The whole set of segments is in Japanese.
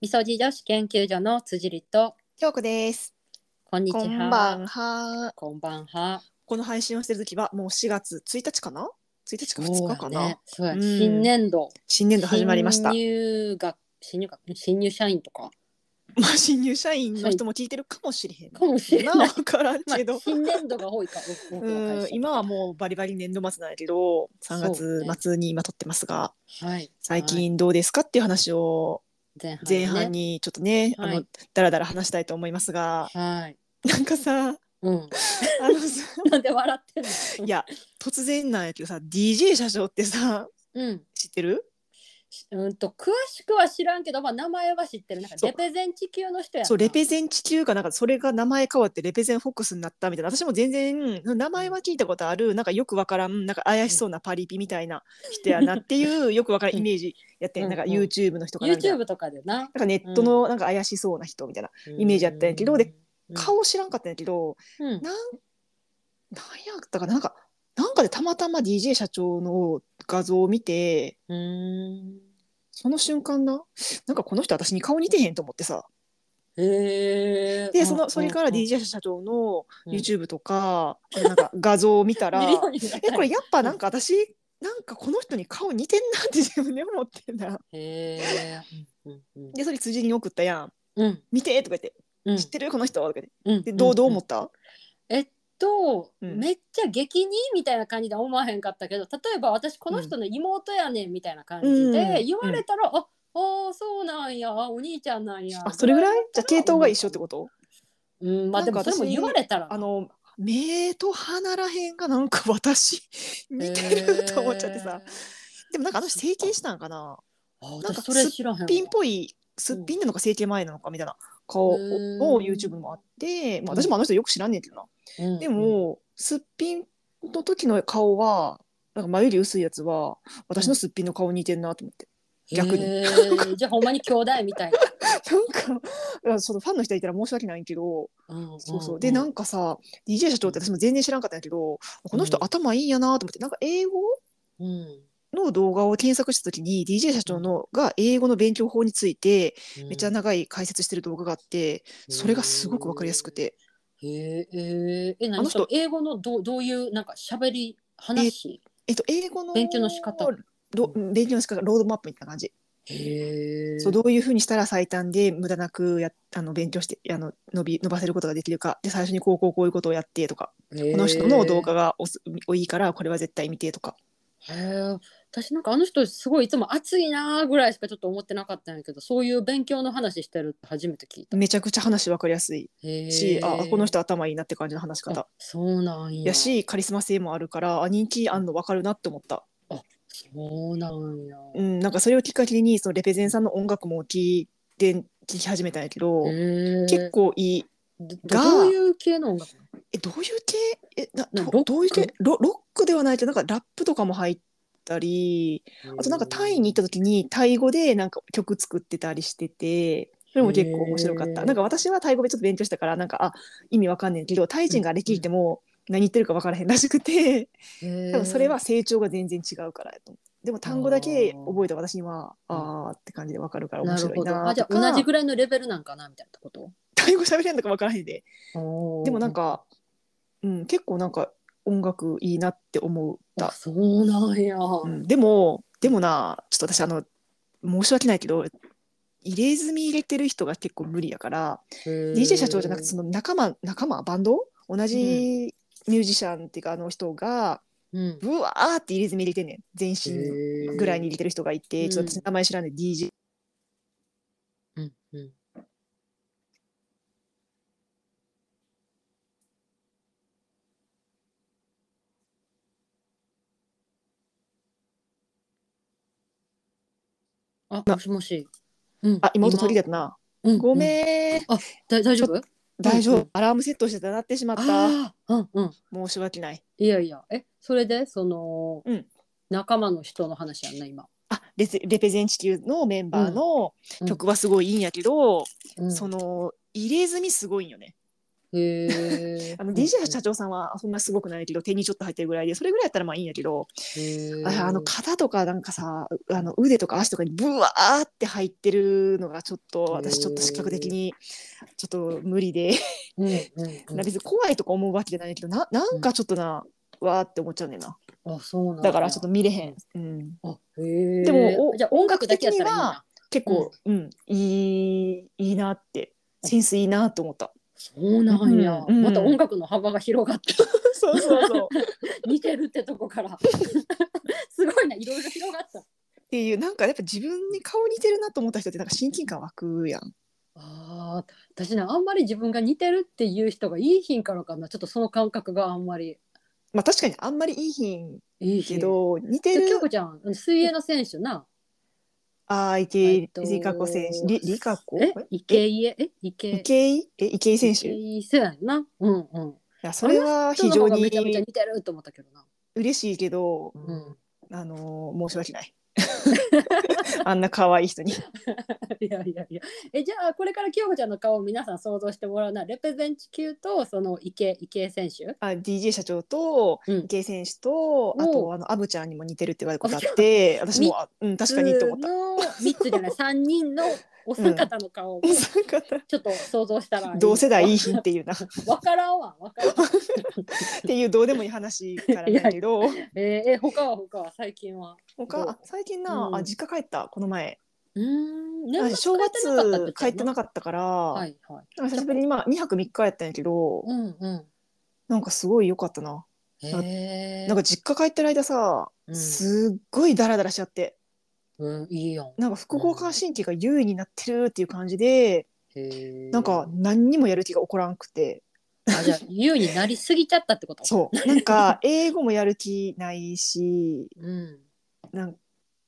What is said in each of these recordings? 磯路女子研究所の辻里と京子です。こんにちはこんばんは。こんばんはこの配信をしてる時はもう4月1日かな ?1 日か2日かそうな、やねそうやうん新年度新年度始まりました。新入学新入学新入社員とかまあ新入社員の人も聞いてるかもしれへんかもしれな。ないわからんまあけど。新年度が多いか 多くの会うん社今はもうバリバリ年度末なんやけど3そう月ね末に今撮ってますが、はい最近どうですかっていう話はをい前半にちょっとね、はいあのだらだら話したいと思いま すが、はいなんかさあうんのさなんで笑ってんの いや突然なんやけどさ DJ 社長ってさうん知ってるしうんと詳しくは知らんけどまあ名前は知ってるなんかそうレペゼン地球の人やなそうレペゼン地球かなんかそれが名前変わってレペゼンフォックスになったみたいな私も全然名前は聞いたことあるなんかよくわからんなんか怪しそうなパリピみたいな人やなっていうよくわからんイメージやってうんんなんか YouTube の人かなんか YouTube とかでななんかネットのなんか怪しそうな人みたいなイメージやったんやけどでうん顔知らんかったんやけどうんなんなんやったかななんかなんかでたまたま DJ 社長の画像を見てうんその瞬間ななんかこの人私に顔似てへんと思ってさへえでそのそれからうんうん DJ 社長のうん YouTube とか、あのなんか画像を見たら見るようになったえこれやっぱなんか私なんかこの人に顔似てんなって 自分で思ってんだへえうんうんでそれ辻に送ったやんうん「見て」とか言ってう「ん知ってるこの人」とか言ってうんでどうどう思んったえっと、うんめっちゃ激似みたいな感じでは思わへんかったけど例えば私この人の妹やねんみたいな感じうんで言われたら、ああーそうなんやあお兄ちゃんなんやあそれぐらいじゃあ系統が一緒ってとことうんまあでもなんそか私れも言われたらあの目と鼻らへんがなんか私似てへるーと思っちゃってさでもなんかあの人整形したんかなあなん私かそれ知らへんピンっぽいすっぴんなのか整形前なのかみたいな顔をうん YouTube にもあって、まあ、私もあの人よく知らんねんけどなうんでも、すっぴんの時の顔は、なんか眉より薄いやつは、私のすっぴんの顔似てんなと思って。逆にへーじゃあほんまに兄弟みたいな、なんか、いやそのファンの人いたら申し訳ないけど、うんん そうそう。で、なんかさ、DJ 社長って私も全然知らんかったんやけど、この人頭いいんやなと思って、なんか英語うんの動画を検索した時に、DJ 社長のが英語の勉強法について、めっちゃ長い解説してる動画があって、それがすごくわかりやすくて。へえ、え、あ何のそ人の英語のどうどういうなんか喋り話。えっと、英語の勉強の仕方ろ勉強の仕方がロードマップみたいな感じ。へえ。そうどういうふうにしたら最短で無駄なくやあの勉強してあの伸び伸ばせることができるかで最初にこうこうこういうことをやってとかへえこの人の動画。がおすおいいからこれは絶対見てとかへえ。私なんかあの人すごいいつも熱いなーぐらいしかちょっと思ってなかったんやけど、そういう勉強の話してるって初めて聞いた。めちゃくちゃ話分かりやすいへえ。しあこの人頭いいなって感じの話しあ方そうなんや。やしカリスマ性もあるからあ人気あんの分かるなって思った、そうなんや。うん、なんかそれをきっかけにそのレペゼンさんの音楽も聴いて聴き始めたんやけどへえ。結構いいどがどういう系の音楽？えどういう系えななどロックどういう系ロロックではないけどなんかラップとかも入ったりあとなんかタイに行った時にタイ語でなんか曲作ってたりしててそれも結構面白かっへたーなんか私はタイ語でちょっと勉強したからなんかあ意味わかんねんけどタイ人があれ聞いても何言ってるかわからへんらしくてへえ。多分それは成長が全然違うからやと思うでも単語だけ覚えた私にはあーあーって感じでわかるから面なる白いほど。なあじとゃあ同じかぐらいのレベルなんかなみたいなこと？タイ語喋れんのかわからへんでででもなんか、うん、結構なんか音楽いいなって思ったそうなんや。うん、でもでもなちょっと私あの申し訳ないけど入れ墨入れてる人が結構無理やから、DJ 社長じゃなくてその仲間仲間バンド同じミュージシャンっていうかあの人がうん、ブワーって入れ墨入れてんねん全身ぐらいに入れてる人がいて、うんちょっと私名前知らんで DJ うんうん。あ、なもしもし。うんあ妹取りだったな、うんごめん、だ大丈夫？大丈う夫んアラームセットしてたなってしまったああー、うんうん。申し訳ないいやいや、え、それでその、うん仲間の人の話やんな今。あレゼレペゼン地球のメンバーのうん曲はすごいいいんやけど、うんその入れ墨すごいんよねへへえ あの DJ 社長さんはそんなすごくないけど手にちょっと入ってるぐらいでそれぐらいやったらまあいいんやけど、ああの肩とかなんかさあの腕とか足とかにブワーって入ってるのがちょっと私ちょっと視覚的にちょっと無理でうんうんな別に怖いとか思うわけじゃないけどななんかちょっとな、わーって思っちゃうねんなうん、あそうなんだからちょっと見れへん、うん、あへえでもおじゃあ音楽だけやったらいい音楽的になは結構、うんいいいいなってセンスいいなと思ったそうなんや、うんまた音楽の幅が広がって そうそうそう 似てるってとこから すごいないろいろ広がったっていうなんかやっぱ自分に顔似てるなと思った人ってなんか親近感湧くやん。あー私ねあんまり自分が似てるっていう人がいい品からかなちょっとその感覚があんまりまあ確かにあんまりいいひんいいけ品ど似てでる京子ちゃん水泳の選手なあーえ池っ井と理香子選手り理香子え池井え池井池井え池井選手い井選手なうんうんやそれは人非の常方がめちゃめちゃに似てると思ったけどな、嬉しいけど、うん、 あのー申し訳ない あんな可愛い人にいやいやいやえじゃあこれから京子ちゃんの顔を皆さん想像してもらうなレペゼン地球とその池池井選手あ DJ 社長とうん池井選手と、おうあとあのアブちゃんにも似てるって言われたことあって私もあ、うん、確かにと思った。普通の3つじゃ ない3人のお三方の顔をお三方ちょっと想像したらいい同世代いいひんっていうなわからんわわからんわっていうどうでもいい話からだけどえー、え他は他は最近は他どうあ最近な、うんあ実家帰ったこの前うんあ正月帰ってなかかったから、ったはいはいなんか久しぶりに今2泊3日やったんやけど、うんうんなんかすごい良かったな、へえなんか実家帰ってる間さ、うんすっごいダラダラしちゃってうんいいやんなんか副交感神経が優位になってるっていう感じで、へーなんか何にもやる気が起こらんくてあじゃあ優になりすぎちゃったってこと そうなんか英語もやる気ないしううんなん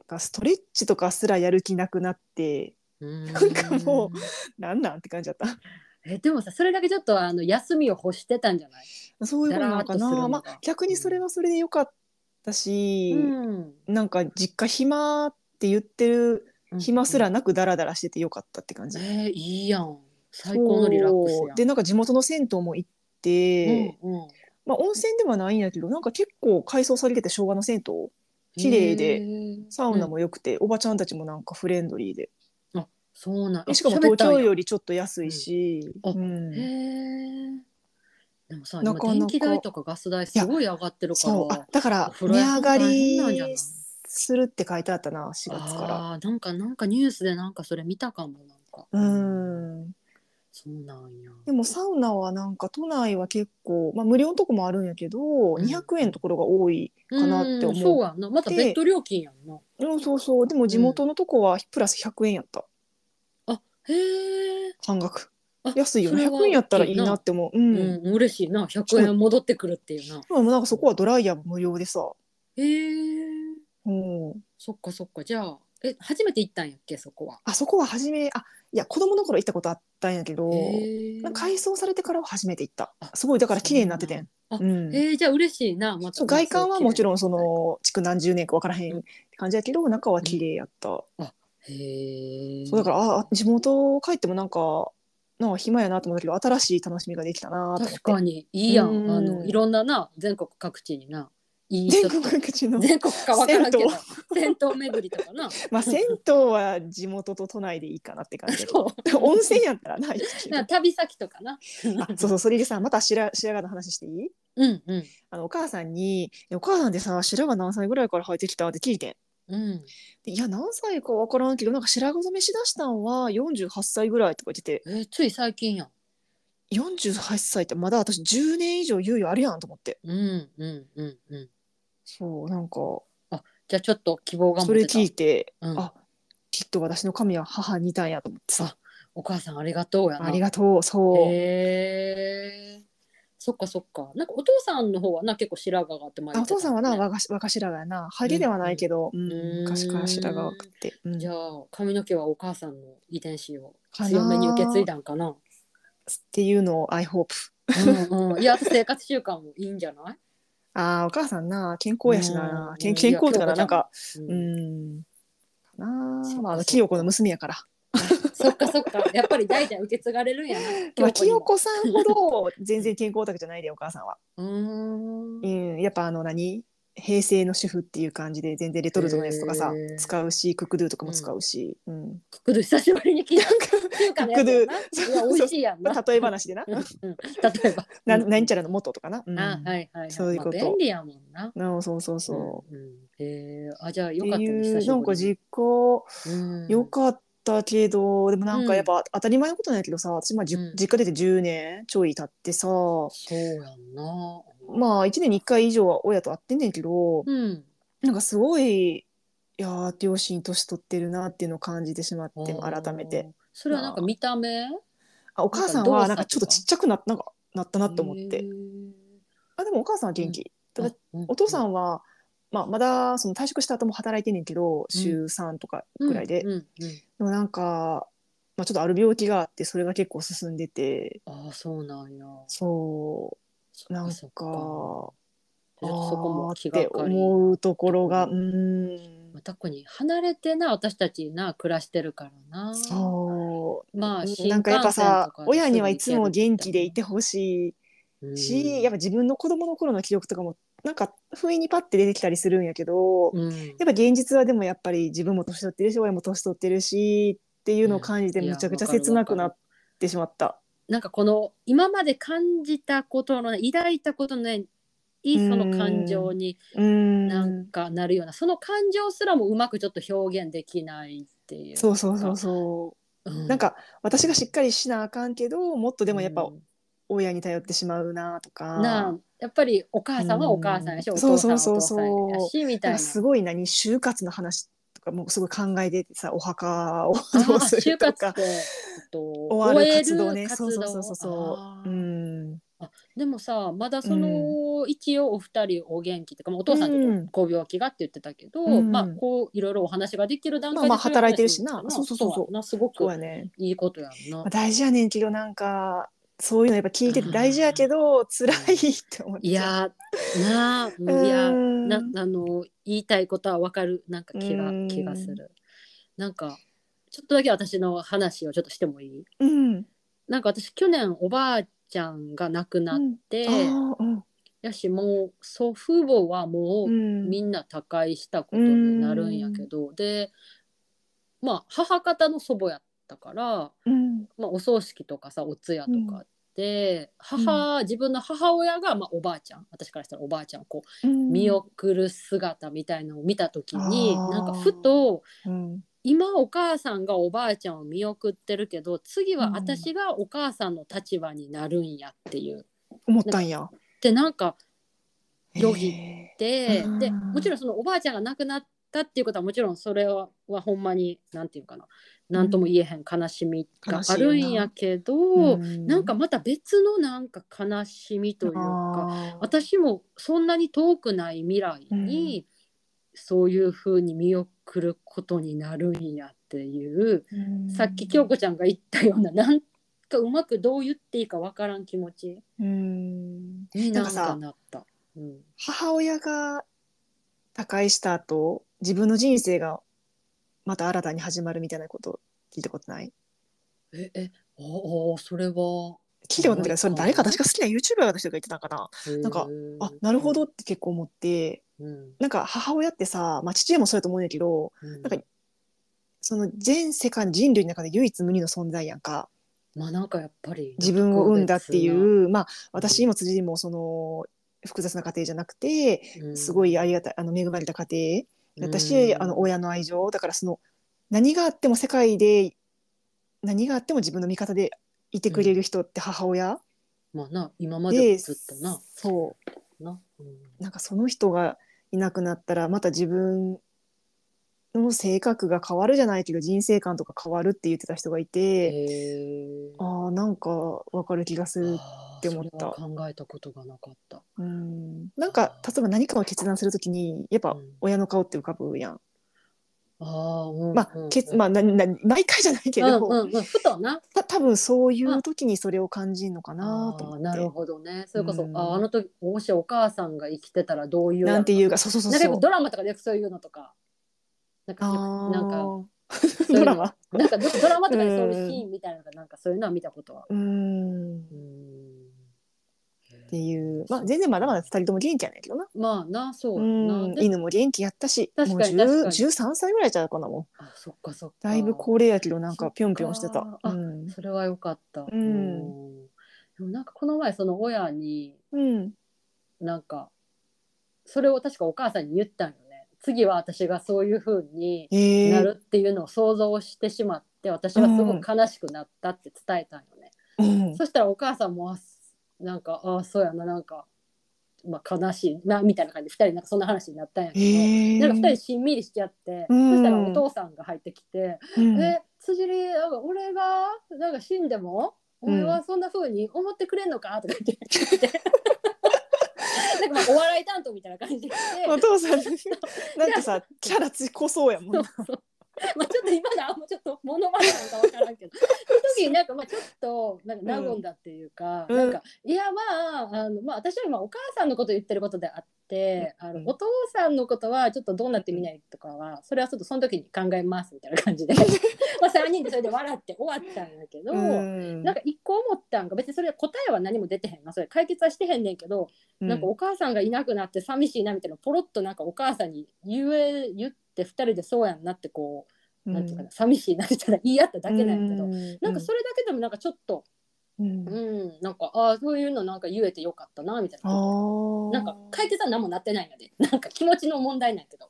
かストレッチとかすらやる気なくなってななんかもうなんなんって感じだった えでもさそれだけちょっとあの休みを欲してたんじゃない、そういうことなのかだらーっとするのな。がまあ、逆にそれはそれで良かったし、うん、なんか実家暇って言ってる暇すらなくダラダラしてて良かったって感じ。えー、いいやん最高のリラックスそうやんでなんか地元の銭湯も行って、うんうん、まあ温泉ではないんやけど、なんか結構改装されてて昭和の銭湯、綺麗へでーサウナうんも良くて、おばちゃんたちもなんかフレンドリーで、そうなんでしかも喋っ東たんや京よりちょっと安いし、うんあうんへーでもさな今かなか電気代とかガス代すごい上がってるからそうあだからお風値呂屋さ上んが大変なんじゃないりするって書いてあったな、4月から。あーなんかなんかニュースでなんかそれ見たかもなんかうんそうなんやでもサウナはなんか都内は結構、まあ、無料のとこもあるんやけど、ん200円のところが多い。かなって思うんそうやんなまたベッド料金やんなうん、そうそうでも地元のとこはプラス100円やったへえ半額あ安いよねそれは100円やったらいいなって思ううん、うん、嬉しいな100円戻ってくるっていうなまあもうなんかそこはドライヤーも無料でさ、へえうん、そっかそっかじゃあえ初めて行ったんやっけそこはあそこは初めあいや子供の頃行ったことあったんやけど、へえなんか改装されてからは初めて行ったあすごいだから綺麗になっててんそううんへえじゃあ嬉しいなまたそう外観はもちろんそそうの築何十年か分からへんって感じやけど中は綺麗やった、へえそうだからああ地元帰ってもなんかなんか暇やなと思ったけど新しい楽しみができたなと思って確かにいいやん、うんあのいろんなな全国各地にないい全ちょっ国と各 地の、全国かわからんけど銭湯巡りとかな まあ、銭湯は地元と都内でいいかなって感じだけどそ温泉やったらないけうどなんか旅先とかなあそうそうそれでさまた白白髪の話していいうんうんあのお母さんに「お母さんってさ白髪何歳ぐらいから生えてきた?」って聞いてん。うんでいや何歳か分からんけどなんか白髪染めしだしたんは48歳ぐらいとか言っててえーつい最近やん48歳ってまだ私10年以上猶予あるやんと思ってうんうんうんうんそうなんかじゃあちょっと希望が持そてれた聞いてうん、あきっと私の神は母に似たんやと思ってさお母さんありがとうやなありがとうそう、へえそっかそっかなんかお父さんの方はな結構白髪があって前あお父さんはなわ若し若白髪やなハゲではないけど、うんうん昔から白髪くて、うんじゃっあ髪の毛はお母さんの遺伝子をかな強めに受け継いだんか なていうのを I hope うんうんいやあと生活習慣もいいんじゃない、あーお母さんな健康やしな、うん健健康とかいやななんかううんんかなそうかまあそうかあの清子の娘やからあそっかそっか。やっぱり代々受け継がれるん やな。脇京よ子こさんほど 全然健康オタクじゃないでお母さんは。にも。うーん。うん、やっぱあの何平成の主婦っていう感じで全然レトルトのやつとかさへー使うしクックドゥとかも使うし、うんクックドゥ久しぶりに聞いた。中華のやつやなクックいドゥや美味しいやんな。例え話でなうん。うん例えば。 ななんちゃらの元とかな。うんあ、はいはいはい。そういうことまあ便利やもんな。。なそうそうそううん、へえあ、じゃあう。よかったね、ってい久うしぶなりんにか実家うんよかったけどでもなんうかんやっぱ当たり前のことなんやけどさ私まあじゅうん実家出て10年ちょい経ってさそうやんな。まあ1年に1回以上は親と会ってんねんけどうん。なんかすごいいやー両親年取ってるなっていうのを感じてしまって改めて。。それはなんか見た目あお母さなんんか動は作なんかちょっとちっちゃくななんかなったなと思っ。へてーあでもお母さんは元気、ただあうお父さはんは、まあ、まだその退職した後も働いてんねんけど週3とかぐらいで、うんうんでもなんか、まあ、ちょっとある病気があってそれが結構進んでてうんああ、そうなんや。そっかそうなんかそっか。ちょあっとそこーも気っがてかり。思うところがうーんまあ特に離れてな私たちな暮らしてるからな。。そうまあなんかやっぱさ親にはいつも元気でいててほしいし、うんやっぱ自分の子供の頃の記憶とかもなんか不意にパッて出てきたりするんやけど、やっうんぱ現実はでもやっぱり自分も年取ってるし親も年取ってるしっていうのを感じてうんいやむちゃくちゃ切なくなってしまった。なんかこの今まで感じたことのね抱いたことのねいいその感情にうんなんかなるような、その感情すらもうまくちょっと表現できないっていうそうそうそうそうう、なんか私がしっかりしなあかんけどもっとでもやっぱうん親に頼ってしまうなとか。なあやっぱりお母さんはお母さんやし、うんお父さんはおそうそ父うそさうんそうやしみなたんいかな。すごい何就活の話とかもうすごい考えててさお墓をあどうーす就ると活っかて、えっと、終わ終るえ活動ねそうそう活そうそうあそうーうんでもさまだその、一応お二人お元気とかまあお父さんとご病気がって言ってたけど、うんまあこういろいろお話ができる段ま階あでまあ働いてるしなまあそうそうそうそうやなすごそうくやねいいことやんなまあ。大事やねんけどなんかそういうのやっぱ聞いてて大事やけど辛いって思っちゃういやーなあうんいやなあの言いたいことはわかるなんか気がうん気がするなんかちょっとだけ私の話をちょっとしてもいいうんなんか私去年おばあちゃんが亡くなっうんて、あーうんやしもう祖父母はもううんみんな他界したことになるんやけど、でまあ母方の祖母やったから、うんまあ、お葬式とかさお通夜とかで、母自分の母親が、まあ、おばあちゃん私からしたらおばあちゃんをこううん見送る姿みたいのを見た時に、あーなんかふとうん今お母さんがおばあちゃんを見送ってるけど次うはん私がお母さんの立場になるんやっていう。思ったんやでなんかよぎへでうんでもちろんそのおばあちゃんが亡くなったっていうことはもちろんそれははほんまに何て言うかな何とも言えへん悲しみがあるんやけど、ーなんかまた別のなんか悲しみというかあー私もそんなに遠くない未来に、そういうふうに見送ることになるんやっていう、うんさっき京子ちゃんが言ったようななんかうまくどう言っていいかわからん気持ちうんになんなんかさかなった。うん母親が他界した後自分の人生がまた新たに始まるみたいなこと聞いたことないええああそれは聞いたことないけどそれ誰かない私が好きな YouTuber の人が言ってたんかななんかあなるほどって結構思ってうんなんか母親ってさ、まあ、父親もそうやと思うんだけどうんなんかその全世界人類の中で唯一無二の存在やんかまあなんかやっぱり自分を産んだってい特うまあ私も辻もその複雑な家庭じゃなくて別なうんすごいありがたいあの恵まれた家庭私、うんあの親の愛情だからその何があっても世界で何があっても自分の味方でいてくれる人って母親まあな今まで、でずっとなそな、うんうなんかその人がいなくなったらまた自分の性格が変わるじゃないけど人生観とか変わるって言ってた人がいて、へーああなんかわかる気がする、あーって思ったそれは考えたことがなかったうん、なんか例えば何かを決断するときにやっぱうん親の顔って浮かぶやん、ああうんまあ、うんけまあなな毎回じゃないけど、うんうんうんふとなた多分そういう時にそれを感じるのかなと思あっーて。なるほどねそれこそ、うんあーあの時もしお母さんが生きてたらどういうやろなんていうかそうそうそうなんかそようく。ドラマとかでよくそういうのとかなんかあーなんかういうドラマなんかどドラマとかでそういうシーンみたいなのがなんかそういうのは見たことは。 うーんっうんていうまあ全然まだまだ2人とも元気やないけどなまあなそううやなんで犬も元気やったしもう確かに確かに13歳ぐらいちゃうかなもあそっかそっかうだいぶ高齢やけどなんかぴょんぴょんしてそったかうんそれは良かった。ううんんでもなんかこの前その親にうんなんかそれを確かお母さんに言ったんよね。次は私がそういう風にえなーるっていうのを想像してしまって私がすごく悲しくなったって伝えたんよね。うんそしたらお母さんもあなんかあそうやななんか、まあ、悲しいなみたいな感じで2人なんかそんな話になったんやけえど。ーなんか2人しんみりしちゃって、うんそしたらお父さんが入ってきて、うんえ辻利なんか俺がなんか死んでもうん俺はそんな風に思ってくれんのかとか言って なんかまあお笑い担当みたいな感じで来てお父さんなんかさキャラつこそうやもんそうなそう まあちょっと今のあんまちょっとモノマネなんかわからんけどその時になんかまあちょっとなんか和んだっていうか、うんなんかいやまああの、まあ、私は今お母さんのこと言ってることであってあのうんお父さんのことはちょっとどうなってみないとかはそれはちょっとその時に考えますみたいな感じで まあ3人でそれで笑って終わったんだけど。うんなんか一個思ったんが別にそれ答えは何も出てへんなそれ解決はしてへんねんけど、なんかお母さんがいなくなって寂しいなみたいなのポロッとなんかお母さんに言え言って2人でそうやんなってこう、なんていうかな寂しいなみたいな言い合っただけなんやけど、なんかそれだけでもなんかちょっとうんうん、なんかああそういうのなんか言えてよかったなみたいあな。ーなんか解決は何もなってないので なんか気持ちの問題なんやけど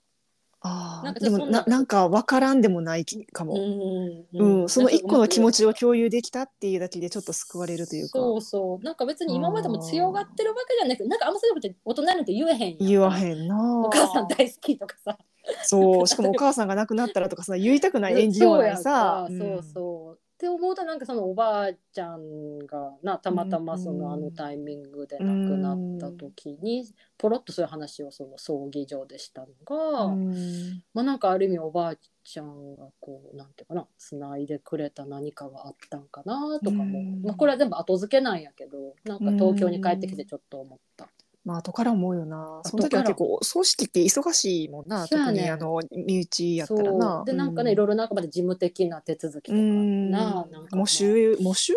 あーなんかちょでっともそんなななんか分からんでもない気かも、ううんその一個の気持ちちを共有できたっていうだけでちょっと救われるというかそうそうなんか別に今までも強がってるわけじゃないけどなんかあんまそういうこと大人なんて言えへんやん言わへんなおお母さん大好きとかさそうしかもお母さんが亡くなったらと かさ言いたくない演じようないさそうやんかそうそうって思うとなんかそのおばあちゃんがなたまたまそのあのタイミングで亡くなった時にポロッとそういう話をその葬儀場でしたのが、うんまあなんかある意味おばあちゃんがこうなんていうかなつないでくれた何かがあったんかなとかも、うんまあ、これは全部後付けなんやけどなんか東京に帰ってきてちょっと思った。まあ後から思うよなその後時かはら結構葬式って忙しいもんな、そうや特ねにあの身内やったらそなうでなんかね、ういろいろなんかまで事務的な手続きとかうんな,、なんかまあ喪主喪主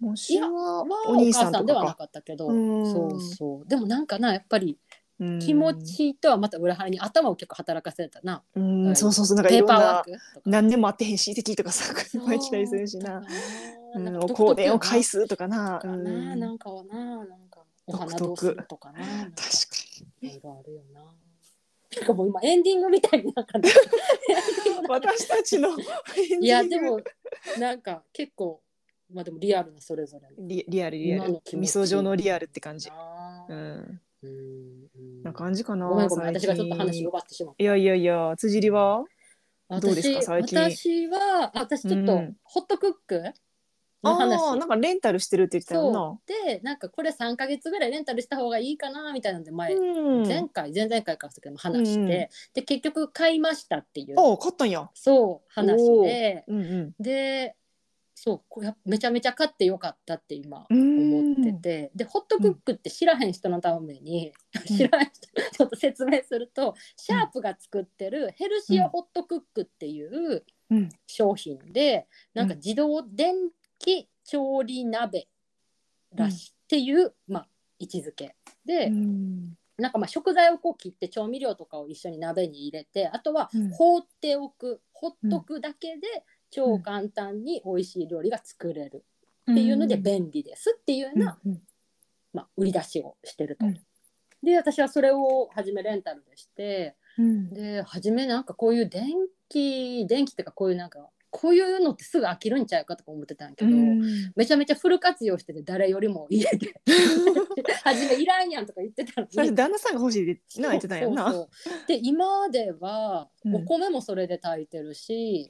喪主はまあお兄さんとお母でかはなかかったけど、うんそうそうでもなんかなやっぱりうん気持ちとはまた裏腹に頭を結構働かせたな、うんそうそうそうなんかペいーろんパーなワークとか何年もあってへん親戚とかさそう車来たりするしな。うなんん、かお独特香典を返やすとかな。う、な,、なんな確かんかはななんかお独特花どうするとかななんかに。いろいろあるよななんかもう今エンディングみたいになんか ね私たちのいやでもなんか結構まあでもリアルなそれぞれのリリアルリア今のル気持味ち噌状のリアルって感じ。なうあん、うんな感じかな。ごめんごめん最私が近ちょっと話奪ってしまったいやいやいや辻りは。私どうですか最近私はあ私ちょっと、うんホットクックあの話あーなんかレンタルしてるって言ってたよなそ。うでなんかこれ3か月ぐらいレンタルした方がいいかなみたいなので前、うん。前回前々回からですけども話して、うんうんで結局買いましたっていうああ買ったんや。そう話でうんうん。でそうこうやめちゃめちゃ買ってよかったって今うん思っててでホットクックって知らへん人のために、うん 知らへん人ちょっと説明すると、シャープが作ってるヘルシオホットクックっていううん商品で、うんなんか自動電気調理鍋らしいっていう、まあ、位置づけで、うんなんかまあ食材をこう切って調味料とかを一緒に鍋に入れてあとはうん放っておく、ほっとくだけで超簡単に美味しい料理が作れるっていうので便利ですっていうような、うんまあ、売り出しをしてると。うんで私はそれを初めレンタルでしてうんで初めなんかこういう電気電気っていうかこういうなんかこういうのってすぐ飽きるんちゃうかとか思ってたんやけうど、 ん。めちゃめちゃフル活用してて誰よりも入れて 初めいらんやんとか言ってたのそれに。旦那さんが欲しいでな言ってたんやんそな。うそうそうで今ではうんお米もそれで炊いてるし、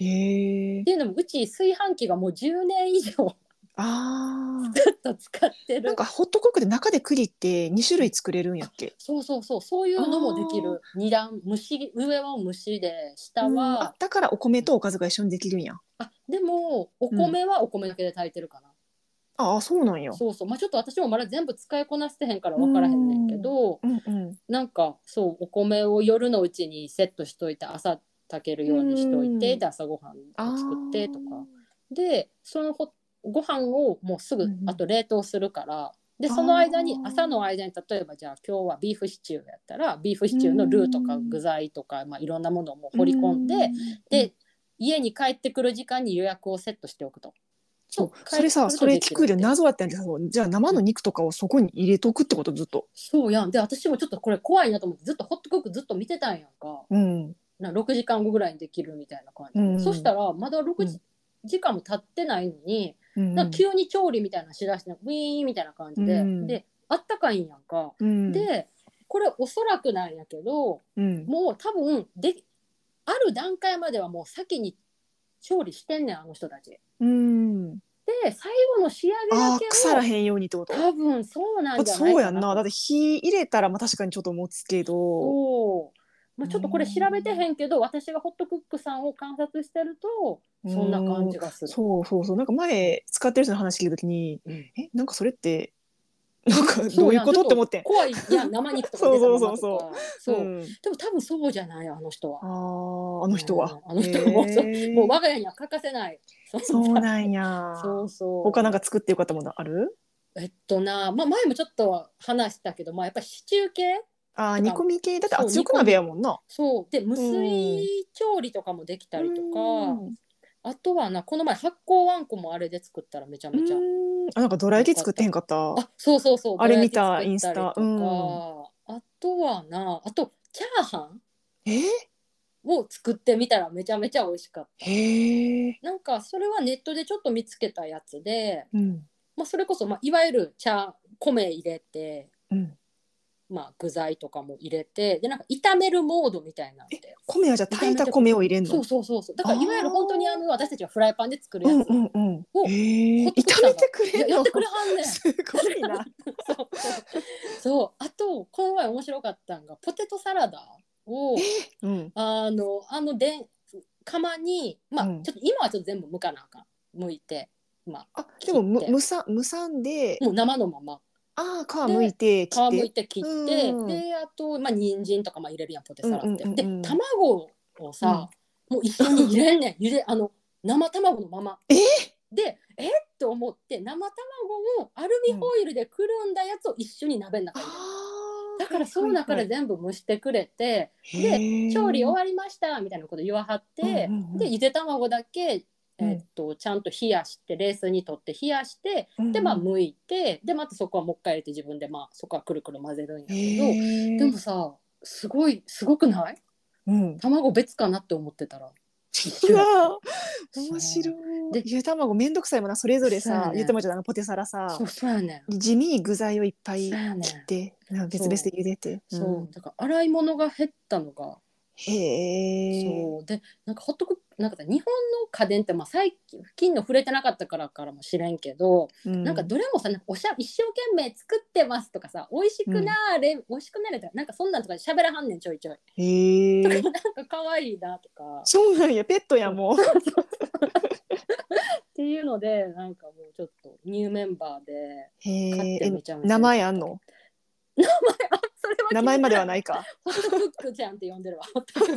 っへえ。ていうのもうち炊飯器がもう10年以上 ずああ。っと使ってなんるかホットクックで中で栗って2種類作れるんやっけそうそうそうそういうのもできる二段蒸し上は蒸しで下うんはあ、だからお米とおかずが一緒にできるんやあでもお米はお米だけで炊いてるかな、ああそうなんやそうそうまあちょっと私もまだ全部使いこなしてへんから分からへんねんけど、うんうんなんかそうお米を夜のうちにセットしといて朝炊けるようにしておいて、うんで朝ごはんあをー作ってとかでそのほご飯をもうすぐ、うんうんあと冷凍するからであーその間に朝の間に例えばじゃあ今日はビーフシチューやったらビーフシチューのルーとかうん具材とか、まあ、いろんなものをもう掘り込んで、うで家に帰ってくる時間に予約をセットしておくと。そう帰ってそれくさるとそれでき聞るくよってり謎だったんですよじゃあ生の肉とかをそこに入れとくってことずっとそうやんで私もちょっとこれ怖いなと思ってずっとホットクックずっと見てたんやんかうんな6時間後ぐらいにできるみたいな感じ、うんそしたらまだ6時,、うん時間も経ってないのにうんなんか急に調理みたいなのしだしてウィーンみたいな感じで、うんであったかいんやんか、うんでこれおそらくなんやけどうんもう多分である段階まではもう先に調理してんねんあの人たち。うんで最後の仕上げあだあけ腐らをへんようにってこと多分そうなだんっじてゃないかそうやんなだって火入れたらまあ確かにちょっと持つけどそうまあ、ちょっとこれ調べてへんけど、私がホットクックさんを観察してるとそんな感じがする。そうそうそうなんか前使ってる人の話聞いた時にうんえなんかそれってなんかそどういうことやんって思ってん怖いいや生肉とかそ出うたそまうそうまと そかそううんでも多分そうじゃないあの人はあ。ーあの人はうんあの人もへーもう我が家には欠かせない。そうなんやそうそう。他なんか作ってよかったものあるえっとな、まあ、前もちょっと話したけど、まあ、やっぱりシチュー系あーとか煮込み系だってそう圧力鍋やもんなそうで無水調理とかもできたりとかうんあとはなこの前発酵わんこもあれで作ったらめちゃめちゃうんあなんかドラ焼き作ってへんかったあそうそうそうあれ見たどら焼き作ったりとかインスあとはなあとチャーハンえーを作ってみたらめちゃめちゃ美味しかっへえたなんかそれはネットでちょっと見つけたやつで、うんまあ、それこそ、まあ、いわゆる茶米入れて、うんまあ、具材とかも入れてでなんか炒めるモードみたいなんで米はじゃあ炊いた米を入れんのそうそうそうそうだからいわゆる本当にあの私たちはフライパンで作るやつ、うんうんうんをへえホットクッ炒クめてくれやんやのってくれはんねんそすご いな。うそうそうあとこの前面白かったんがポテトサラダをうん。あのあのでん釜にまあ、うんちょっと今はちょっと全部剥かなあかん剥いてまああ、でもむ切ってむさむさんで、もう生のままああ皮むいて皮切っ剥いて。て切って、うんであとまあ人参とかまあ入れるやんポテサラって、うんうんうんうんで卵をさ、もう一緒に入れんねんゆであの生卵のままえでえっと思って生卵をアルミホイルでくるんだやつを一緒に鍋の中に入れる、だからその中で全部蒸してくれて、で調理終っわりましたみたいなこと言わはって、うんうんうんでゆで卵だけ、うんえっとちゃんと冷やして冷水にとって冷やしてでまあ剥いてでまたそこはもう一回入れて自分でまあそこはくるくる混ぜるんやへけど、えでもさすごいすごくないうん。卵別かなって思ってたら一う緒やっわたー面白いで。ゆで卵めんどくさいもんなそれぞれそうやさねゆで卵じゃないポテサラさそうそうやねん地味に具材をいっぱいそうやねん切ってなんか別々でゆでて。そう、んだから洗い物が減ったのが、へえ。そうでなんかホットクックなんかさ日本の家電ってまあ最近の触れてなかったからかもしれんけど、うんなんかどれもさなんかおしゃ一生懸命作ってますとかさ美味しくなーれ、美味しくなれとかなんかそんなんとか喋らはんねんちょいちょいとかへえ。なんか可愛いなとか そうなんやペットやもう。っていうのでなんかもうちょっとニューメンバーでへ買っえてめちゃめちゃ名前あんのそれは名前まではいないか。ホットクックちゃんって呼んでるわホットクッ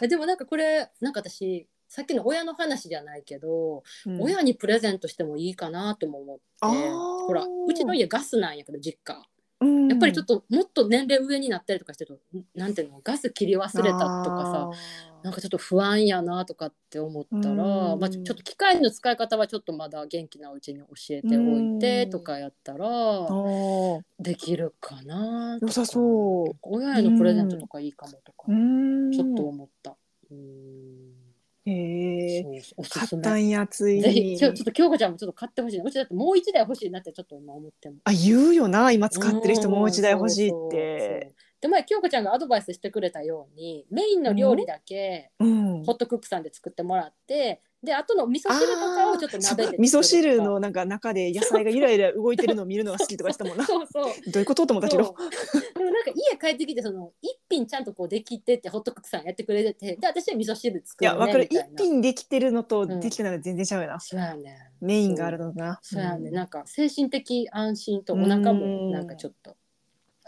クでもなんかこれなんか私さっきの親の話じゃないけど、うん親にプレゼントしてもいいかなとも思ってあーほらうちの家ガスなんやけど実家うんやっぱりちょっともっと年齢上になったりとかしてるとんなんていうのガス切り忘れたとかさあーなんかちょっと不安やなとかって思ったら、うんまあ、ちょちょっと機械の使い方はちょっとまだ元気なうちに教えておいてうんとかやったあらーできるかなと良かさそう親へのプレゼントとかいいかもとかうーんちょっと思った。うんへえそうそうおす買すっためんやついぜひにちょちょっと京子ちゃんもちょっと買ってほしいなうちだってもう一台欲しいなってちょっと今思ってもあ言うよな今使ってる人もう一台欲しいっうんそうそうそてうで前京子ちゃんがアドバイスしてくれたようにメインの料理だけうんホットクックさんで作ってもらってであとの味噌汁とかをちょっとあ鍋でー作るとか味噌汁のなんか中で野菜がゆらゆら動いてるのを見るのが好きとか言ってた もんなどそうそうういうことと思ったけそどうでもなんか家帰ってきてその一品ちゃんとこうできてってホットクックさんやってくれててで私は味噌汁い作るやねわかるみた一いな品できてるのとんできてないの全然ちゃうよなそうやねんメインがあるのかなそうやねんんなんか精神的安心とお腹もなんかちょっと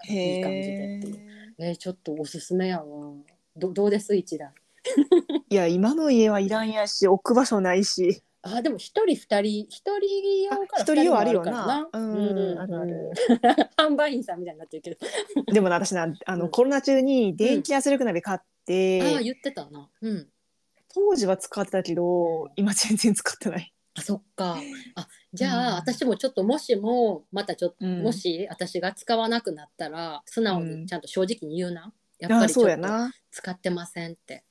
いい感じでっていうへーえーちょっとおすすめやわどどうです一台いや今の家はいらんやし置く場所ないしあでも一人二人一人用から一二人用もあるよからなうんあるある 販売員さんみたいになってるけど、でもな私なあの、うんコロナ中に電気圧力鍋買って、ああ言ってたなうん当時は使ってたけど今全然使ってないあそっかあじゃあ、うん私もちょっともしもまたちょっと、うんもし私が使わなくなったら素直にちゃんと正直に言うな、やっあぱありちょそうやっとな使ってませんって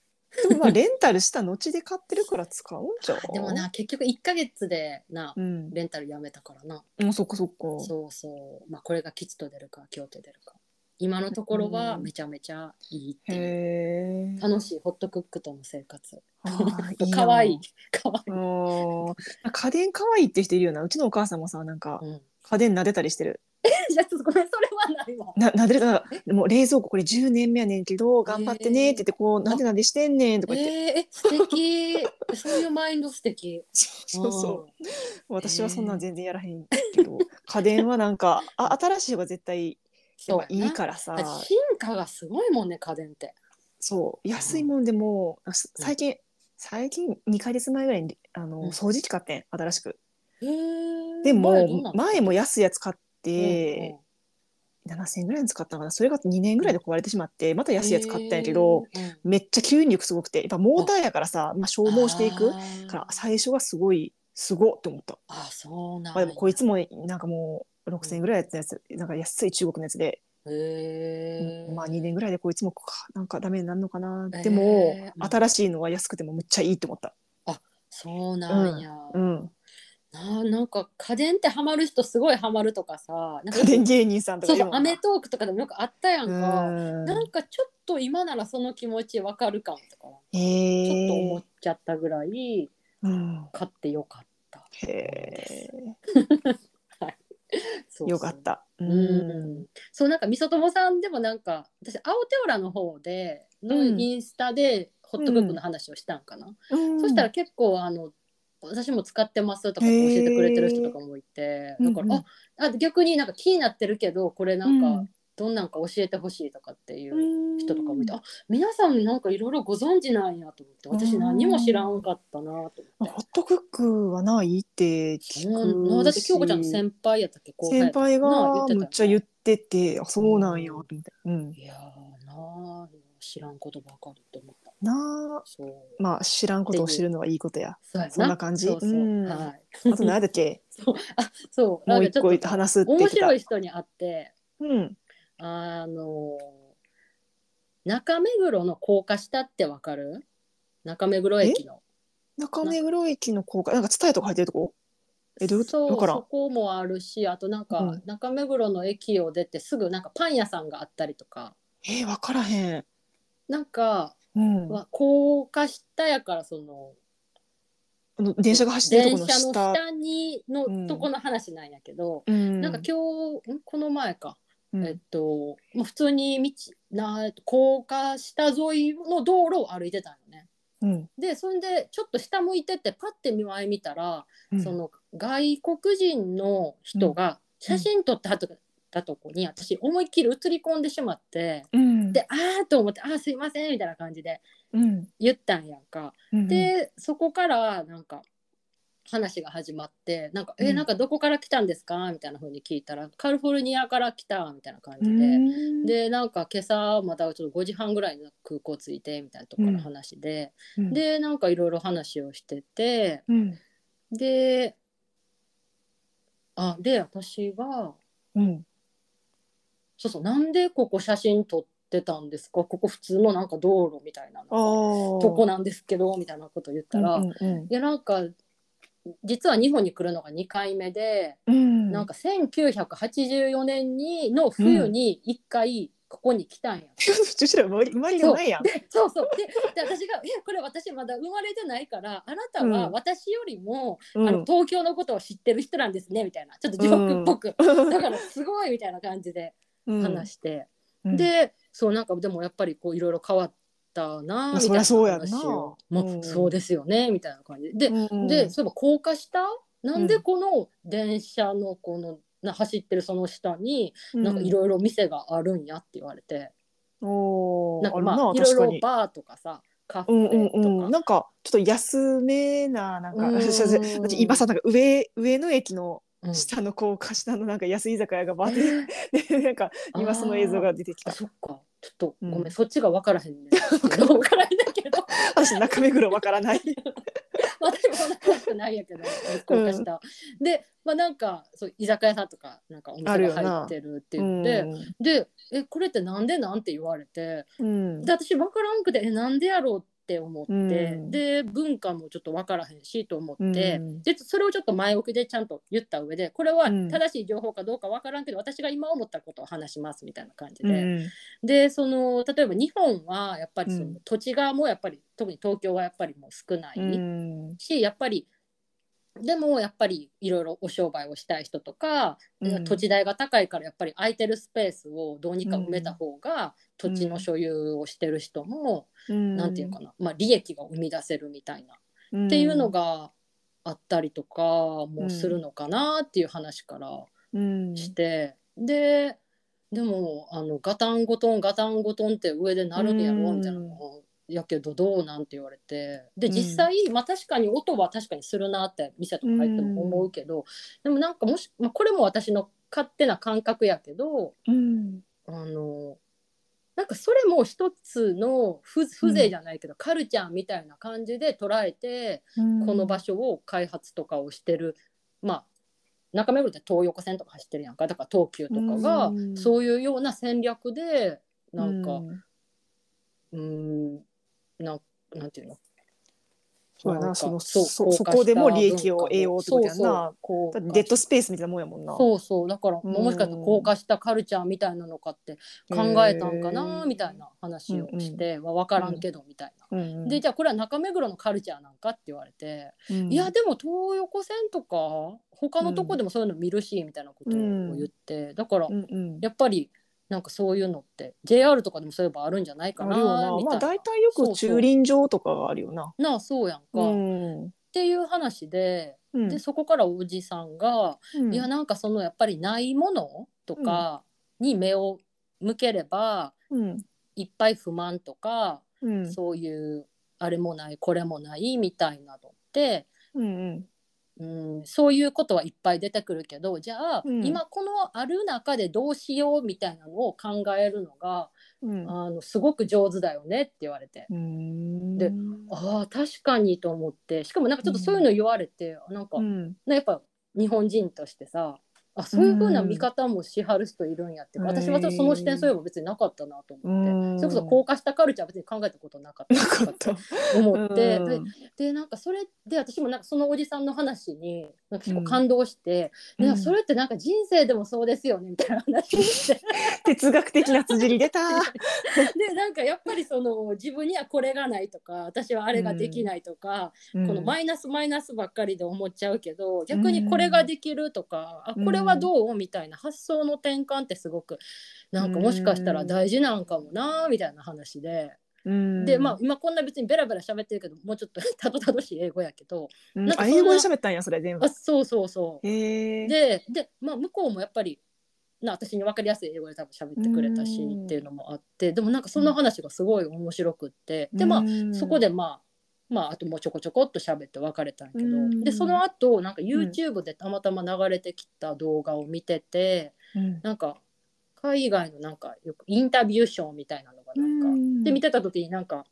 でもまあレンタルした後で買ってるから使うんじゃうでもな結局1ヶ月でなうんレンタルやめたからな、もうそっかそっかそうそうまあこれが吉と出るか京と出るか今のところはめちゃめちゃいいってへいう、え楽しいホットクックとの生活あーかわいいなか わいい、うん家電可愛いって人いるよなうちのお母さんもさなんかうん、家電撫でたりしてるじゃあちょっとごめんそれはないわな撫でるなんかもう冷蔵庫これ10年目やねんけど頑張ってねって言ってこうーなでなでしてんねんとかえ言っー、て、え素敵 そういうマインド素敵 そうそううんう私はそんなん全然やらへんけど、家電はなんかあ新しい方が絶対やっぱいいからさだって進化がすごいもんね家電ってそう安いもんでもうす最近最近2ヶ月前ぐらいにあの、うん掃除機買ってん新しくででも前も安いやつ買って、7000円ぐらいの使ったのかなそれが2年ぐらいで壊れてしまってまた安いやつ買ったんやけど、、うんうんめっちゃ吸引力すごくてやっぱモーターやからさ、まあ、消耗していくあーから最初はすごいすごっと思った、あそうなんまあ、でもこいつもなんかもう6000円ぐらいやったやつなんか安い中国のやつで、へーまあ2年ぐらいでこいつもかなんかダメになるのかなへーでうも、ん新しいのは安くてもむっちゃいいって思ったそうなんや、うんななんか家電ってハマる人すごいハマるとかさなんか家電芸人さんとかそういるそうもアんなメトークとかでもよくあったやんか、うんなんかちょっと今ならその気持ちわかるかもとかへちょっとえ思っちゃったぐらいうん買ってよかっへえたそうそうよかったううんそうなんかみそともさんでもなんか私青テオラの方でのうんインスタでホットブックの話をしたんかな、そしたら結構あの私も使ってますとか教えてくれてる人とかもいて、へーだから、うんうんああ逆になんか気になってるけどこれなんうかんどんなんか教えてほしいとかっていううん人とかもいて、あ皆さんなんかいろいろご存知なんやと思って私うん何も知らんかったなと思って。ホットクックはないって聞うんくなしだって京子ちゃんの先輩やったっけ後輩やっ先たっ輩けながむっちゃっ言ってててあそうなんやと思って、うたよねん、いやーなあ知らんことばかりと思ったなあそうまあ知らんことを知るのはいいことやそうやそんな感じそうそううんはいあと何だっけ あそうもうなんか一ちょ個っと話すって言面ってた白い人に会ってうんあの中目黒の高架下ってわかる中目黒駅の中目黒駅の高架なんか伝えとか入ってるとこえどういうことそうわからそんこもあるしあとなんか、うん中目黒の駅を出てすぐなんかパン屋さんがあったりとかえー、分からへんなんか、うん、あは高架下やからそのの電車が走ってる電とこ車のの下下にうのんとこの話なんやけど、うん、なんか今日んこの前かうんえっと、まあ、普通に道な高架下沿いの道路を歩いてたのね。うんでそれでちょっと下向いてってパッて見前見たら、うんその外国人の人が写真撮ってはったとこに私思いっきり映り込んでしまって、うんでああと思って「ああすいません」みたいな感じでうん言ったんやんか。うん、でそこからなんか話が始まって「なんかえうんなんかどこから来たんですか?」みたいな風に聞いたら「カリフォルニアから来た」みたいな感うじで。ん、でなんか今朝まだちょっと5時半ぐらいの空港着いてみたいなところの話で、うん、でなんかいろいろ話をしててうんであで私がうん、そうそうなんでここ写真撮ってたんですかここ普通のなんか道路みたいなあーとこなんですけどみたいなこと言ったら、うんういんやなんか実は日本に来るのが2回目で、うん、 なんか1984年にの冬に1回ここに来たんやって。うちら生まれ生まれがないやん。そうそうでで私が「えこれ私まだ生まれてないからあなたはうん私よりも、うんあの東京のことを知ってる人なんですね」みたいなちょっとジョークっぽく、 だからすごいみたいな感じで話して、うん、でそうなんかでもやっぱりこういろいろ変わったなみたいそりなゃそうやんな話をうんもうそうですよねみたいな感じで、うんでそういえば高架下なんでこの電車のこのな走ってるその下になんかいろいろ店があるんやって言われて。おーなんかあるまあいろい確かろに。バーとかさカフうんうェとんか、うん、なんかちょっと安めななんかうん 私今さなんか上上野駅のうん下の高架下のなんか安い居酒屋がバーってで なんか今その映像が出てきあたそっかちょっとごめん、うんそっちが分からへ んね分からへんだけど 私中目黒わからない私もなくないやけど高架下、でまあなんかそう居酒屋さんとかなんかおある店よなが入ってるって言って、で「えこれってなんでなん?」て言われてうん、うんで私分からんくて「えなんでやろう?」って思って、うんで文化もちょっと分からへんしと思って、うんでそれをちょっと前置きでちゃんと言った上でこれはうん正しい情報かどうか分からんけど、私が今思ったことを話しますみたいな感じうで、んでその例えば日本はやっぱりそうのん土地がもうやっぱり特に東京はやっぱりもう少ない。うんしやっぱりでもやっぱりいろいろお商売をしたい人とか、うん土地代が高いからやっぱり空いてるスペースをどうにか埋めた方が土地の所有をしてる人も、なんていうかな、まあ、利益が生み出せるみたいな、っっていうの、があったりとかもするのかなっていう話からうんして、ででもあのガタンゴトンガタンゴトンって上で鳴るんやろうんみたいなのやけどどうなんて言われてで実際、まあ確かに音は確かにするなって店とか入っても思うけど、でもなんかもし、まあ、これも私の勝手な感覚やけどうんあのなんかそれも一つのふ風情じゃないけど、カルチャーみたいな感じで捉えて、この場所を開発とかをしてるまあ中目黒って東横線とか走ってるやんかだから東急とかが、うんそういうような戦略でなんかううんなんなんていうのそうやななんかそのそうそ高そ架こでも下利益を得ようってことやん文化なをそうそう高架デッドスペースみたいなもんやもんなそうそうだからうんもしかしたら高架下カルチャーみたいなのかって考えたんかなみたいな話をしては分からんけどみたいな。うんうんでじゃあこれは中目黒のカルチャーなんかって言われて、うんいやでも東横線とか他のとこでもそういうの見るし、みたいなことを言って、だからうんうんやっぱりなんかそういうのって JR とかでもそういえばあるんじゃないかあなるよみなたまいな。あ大体よそうそくう駐輪場とかがあるよななあそうやんか、っうんうていう話でんでそこからおじさんが、うんいやなんかそのやっぱりないものとかに目を向ければ、うんいっぱい不満とか、うんそういうあれもないこれもないみたいなのってうんうんうん、そういうことはいっぱい出てくるけどじゃあ、うん今このある中でどうしようみたいなのを考えるのが、うんあのすごく上手だよねって言われて、うんでああ確かにと思ってしかもなんかちょっとそういうの言われて、なんか、うんねやっぱ日本人としてさあそういうふうな見方もしはる人いるんやって、うん私はちょっとその視点そういえば別になかったなと思って、うんそれこそ高架下カルチャーは別に考えたことなかったなかったと思って、うんででなんかそれで私もなんかそのおじさんの話になんか結構感動して、でそれってなんか人生でもそうですよねみたいな話をして 哲学的な辻り出たでなんかやっぱりその自分にはこれがないとか私はあれができないとか、このマイナスマイナスばっかりで思っちゃうけど逆にこれができるとか、うんあこれはどうみたいな発想の転換ってすごくなんかもしかしたら大事なんかもなみたいな話で、うんでまあ今こんな別にベラベラ喋ってるけどもうちょっとたどたどしい英語やけど。うんなんかあそんな英語で喋ったんやそれ全部あそうそうそう。へえでで、まあ、向こうもやっぱりな私に分かりやすい英語で多分喋ってくれたしうんっていうのもあってでもなんかその話がすごい面白くってでまあそこでまあまああともうちょこちょこっと喋って別れたんやけうんどでその後なんか YouTube でたまたま流れてきた動画を見ててうんなんか海外のなんかよくインタビューショーみたいなのがなんかで見てた時になんか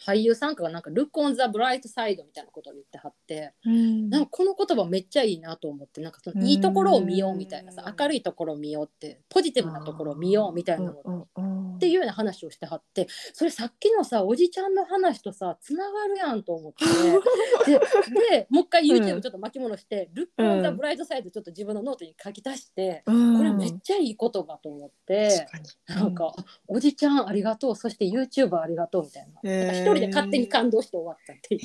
俳優さんかがなんか「Look on the bright side」みたいなことを言ってはって。うんなんかこの言葉めっちゃいいなと思ってなんかそのいいところを見ようみたいなさうん明るいところを見ようってポジティブなところを見ようみたいなのうんっうんうんていうような話をしてはってそれさっきのさおじちゃんの話とさつながるやんと思ってで でもう一回う YouTube んちょっと巻き戻して「ルック・オン・ザ・ブライト・サイド」ちょっと自分のノートに書き足して。 うんこれめっちゃいい言葉と思って確、かになんか、おじちゃんありがとう、そして YouTuber ありがとうみたいな。へなんーか一人で勝手に感動して終わったっていう。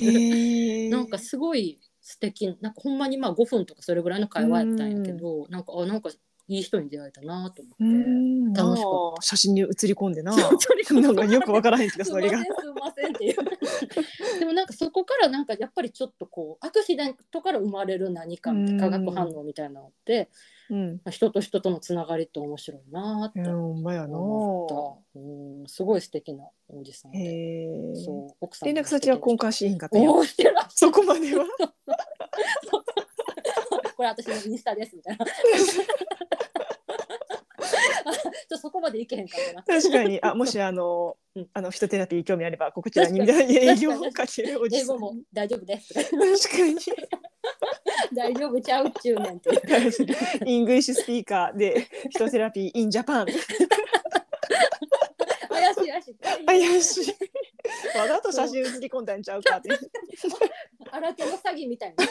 へえ なんかすごい素敵なんかほんまにまあ5分とかそれぐらいの会話やったんやけど、なんかあなんかいい人に出会えたなと思 っうて。ん楽しかったなあ写真に写り込んでなそれなんかよくわからへん けどすそいまれせんがすいませんっていうでもなんかそこからなんかやっぱりちょっとこうアクシデントから生まれる何かみたいな化うん学反応みたいなのってうん。人と人とのつながりって面白いなってうん、ほんまやな。思った、うん、すごい素敵なおじさんへで、え。そう奥さん連絡先は交換しへんかったんやおおーしてらっしそこま では。ゃるこれ私のインスタですみたいな ちょっとそこまでいけへんかったな確かに。あ、もしあのうん、あの、フィトテラピー興味あれば、こちらにみたいな営業をかけるおじ英さ語もん。大丈夫です確かに。大丈夫ちゃうっちゅうねんっていう イングリッシュスピーカーで、フィトテラピーインジャパン。怪しい怪しい怪しい。わざと写真写り込んだんちゃうかって。新手の詐欺みたい な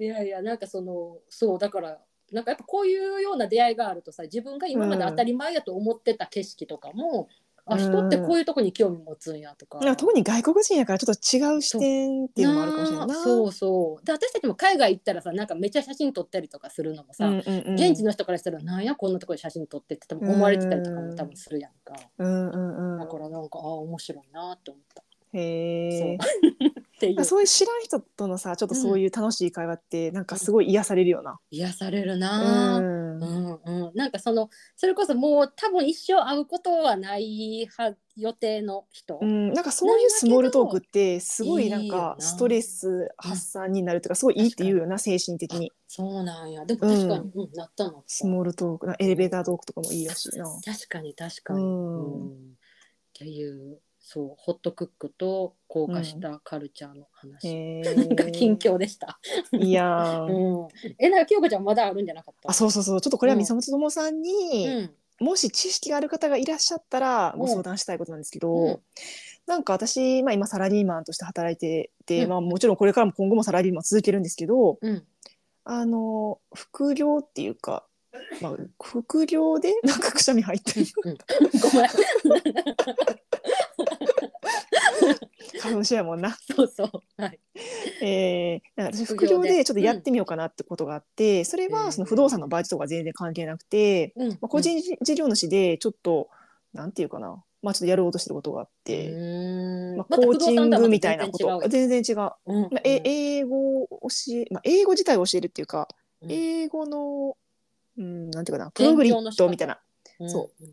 いやいやなんかそのそうだからなんかやっぱこういうような出会いがあるとさ自分が今まで当たり前やと思ってた景色とかも、うあん人ってこういうとこに興味持つんやとか。なんか特に外国人やからちょっと違う視点っていうのもあるかもしれないな。あそうそうで私たちも海外行ったらさなんかめっちゃ写真撮ったりとかするのもさ、うんうんうん、現地の人からしたらなんやこんなとこで写真撮ってって多分思われてたりとかも多分するやんか、うんうんうだからなんかああ面白いなって思った、ん。 へえ。っていうあそういう知らん人とのさちょっとそういう楽しい会話ってなんかすごい癒されるよな。癒されるうなーんう。んうん、なんかそのそれこそもう多分一生会うことはないは予定の人、うん、なんかそういうスモールトークってすごいなんいいよかなストレス発散になるとかすごいいいって言うよな精神的にそうなんやでも確かに、うんなったのスモールトークなエレベータートークとかもいいらしいな。確かに確かうに、んうんっていうそうホットクックと硬化したカルチャーの話、へ がえ。近況でした、いやうー。ん、えなんか京子ちゃんまだあるんじゃなかったあそうそうそうちょっとこれは三沢友さんに、うんもし知識がある方がいらっしゃったらご相談したいことなんですけど、うんなんか私、まあ、今サラリーマンとして働いてて、うんまあ、もちろんこれからも今後もサラリーマン続けるんですけどうんあの副業っていうか、まあ、副業で なんかくしゃみ入ってるうん、ごめん花粉症やもんな,、そうそうはいえー、なんか私副副業業ででちょっとやってみようかなってことがあって、それうんはその不動産のバイトとか全然関係なくて、うんまあ、個人事業主でちょっとなんていうかな、まあ、ちょっとやろうとしてることがあっうて。んまあ、またコーチングみたいなこ不動産とはまた全然違うよ全然違う、まうんあ、え英語を教え、まあ、英語自体を教えるっていうか、うん英語の、うん、なんていうかなプ勉強のログリッ仕方ドみたいなうんそうん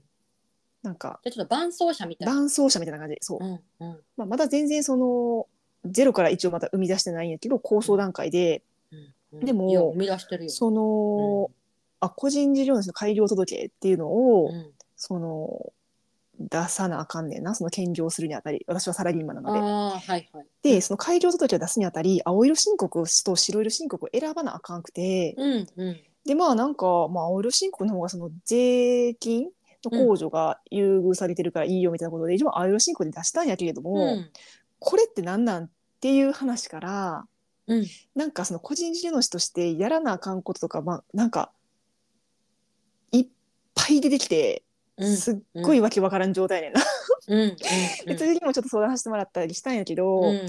なんかじゃあちょっと伴走者みたいな。伴走者みたいな感じそう、うんうんまあ、まだ全然そのゼロから一応また生み出してないんやけど構想段階でうんでもいや生み出してるよ。その、あ個人事業主の改良届っていうのを、うんその出さなあかんねんなその兼業するにあたり私はサラリーマンなので。ああはいはい。でその改良届を出すにあたり青色申告と白色申告を選ばなあかんくて、うんうんでまあなんか、まあ、青色申告の方がその税金の控除が優遇されてるからいいよみたいなことで、一応青色申告で出したんやけれども、うんこれって何なんっていう話からうんなんかその個人事業主としてやらなあかんこととか、まあ、なんかいっぱい出てきてうんすっごいわけわからん状態ねんな。うんうんで次にもちょっと相談してもらったりしたんやけど。うん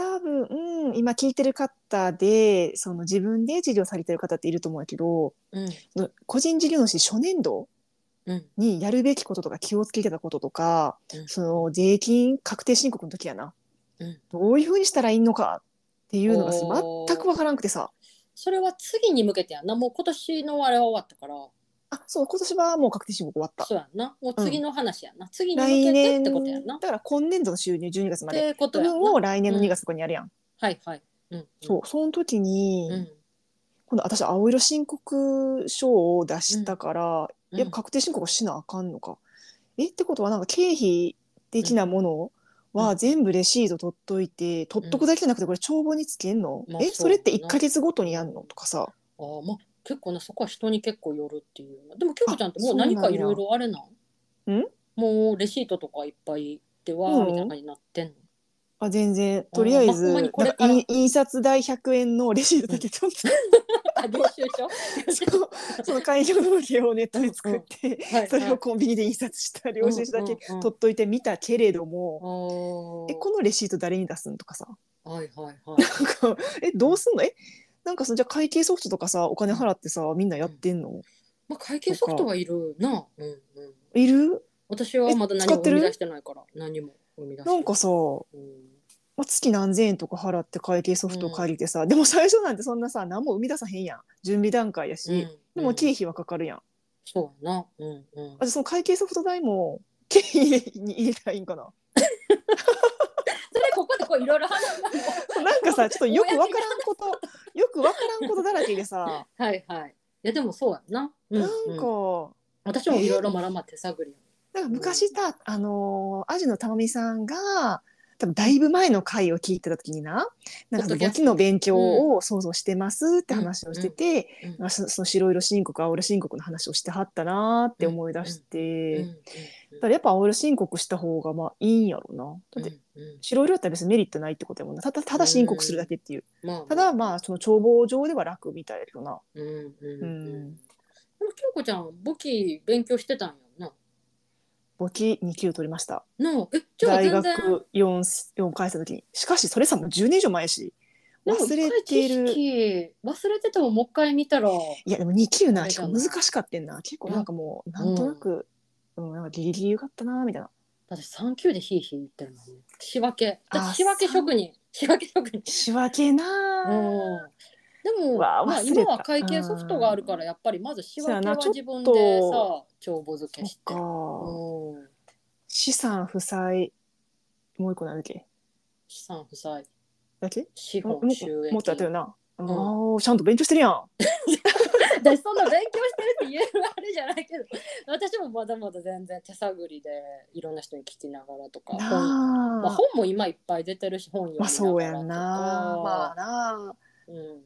多分、うん、今聞いてる方でその自分で事業されてる方っていると思うけどうんの個人事業主初年度うんにやるべきこととか気をつけてたこととか、うんその税金確定申告の時やな、うんどういうふうにしたらいいのかっていうのがおー全く分からんくてさそれは次に向けてやんな。もう今年のあれは終わったから、あそう今年はもう確定申告終わったそうやんな。もう次の話やんな。次に向来けてっ年てことやんな。だっから今年度の収入12月までてこと部やん分な。を来年の2月とかにやるやん、はいはい。うんそうその時に、うん。今度私青色申告書を出したから、うんやっぱ確定申告はしなあかんのか。えってことはなんか経費的なものうはん全部レシート取っといて、取っとくだけじゃなくてこれ帳簿につけんの、まあえそうそれって1か月ごとにやんのとかさああまあ結構ねそこは人に結構よるっていうでも京子ちゃんってもうあそうなん何かやいろいろあれなんんもうレシートとかいっぱいでは、うんみたいな感じになってんのあ全然とりあえずあーまあほんまにこれからなんか印印刷代100円のレシートだけ取って、あ領収 書そうその開業届をネットで作って、はい、はい、 それをコンビニで印刷した領収書だけうんうんうん取っといてみたけれどあも、ーえこのレシート誰に出すんとかさはいはいはいなんかえどうすんのえなんかそのじゃあ会計ソフトとかさお金払ってさみんなやってんの、まあ会計ソフトはいるなうんうんいる私はまだ何えも使っ生てるみ出してないから何も生み出してなんかさうんまあ、月何千円とか払って会計ソフトを借りてさ、でも最初なんてそんなさ何も生み出さへんやん準備段階やし、でも経費はかかるやんそうやな。うんうんあ。じゃあその会計ソフト代も経費に入れたらいいんかなそれここでこういろいろ話す。そうなんかさちょっとよくわからんことよくわからんことだらけでさ、はいはい。いやでもそうやな。うなんか、私もいろいろまだまだ手探りや。なんか昔さ、あのーアジのたまみさんが多分だいぶ前の回を聞いてた時にななんポッかドキャス簿ト記の勉強を想像してますって話をしてて、うんうんうんまあそその白色申告青色申告の話をしてはったなーって思い出して、うんうんだからやっぱ青色申告した方がまあいいんやろうな。だってうんうん白色だったら別にメリットないってことやもんなただただ申告するだけっていう、まあまあただまあその帳簿上では楽みたいだけどなうんうんううんん。でも京子ちゃん簿記勉強してたんや簿記2級取りましたんな。なあえじゃあ大全然。学 4, 四回生の時にしかしそれさもう10年以上前やし忘れてでも一回知る識忘れててももう一回見たら。いやでも2級あなれしかかなも難しかってんな結構なんかもうなんとなく、うんなんかギリギリよかったなみたいな私三級でヒーヒー言ってるのに。仕分け。あ私仕分け職人。仕分け職人。仕分けなうんでも、うわまあ、忘れた今は会計ソフトがあるからやっぱりまず仕分けはそう自や分でなちさょ帳簿付そけっしてか、うん資産負債もう一個なんだっけ資産負債だけ資も本収益もっとやったよな、あんーちゃんと勉強してるやん私そんな勉強してるって言えるあれじゃないけど私もまだまだ全然手探りでいろんな人に聞きながらとかな本,、あ、まあ、本も今いっぱい出てるし本読みながらとまあか、そうやんなまあなあうん、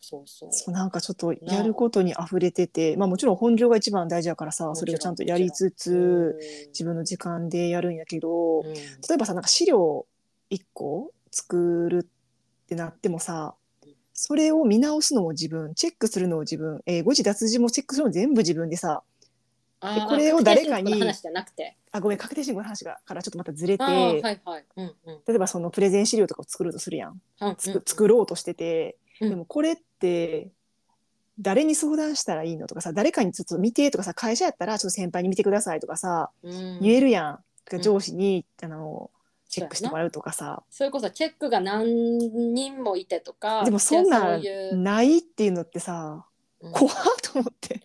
そうそうそうなんかちょっとやることに溢れててまあもちろん本業が一番大事やからさもちろんそれをちゃんとやりつつ、自分の時間でやるんやけど、うん、例えばさなんか資料1個作るってなってもさそれを見直すのも自分チェックするのも自分え誤字脱字もチェックするのも全部自分でさあでーこれを誰かに確定申告の話じゃなくてあごめん確定申告の話がからちょっとまたずれて、あーはいはいうんうん例えばそのプレゼン資料とかを作るとするやんうんつく作ろうとしてて、うんでもこれって誰に相談したらいいのとかさ誰かにちょっと見てとかさ会社やったらちょっと先輩に見てくださいとかさ、うん言えるやんとうかん上司に、あのチェックしてもらうとかさそれこそチェックが何人もいてとかでもそんなやいそういう、ないっていうのってさうん怖っと思って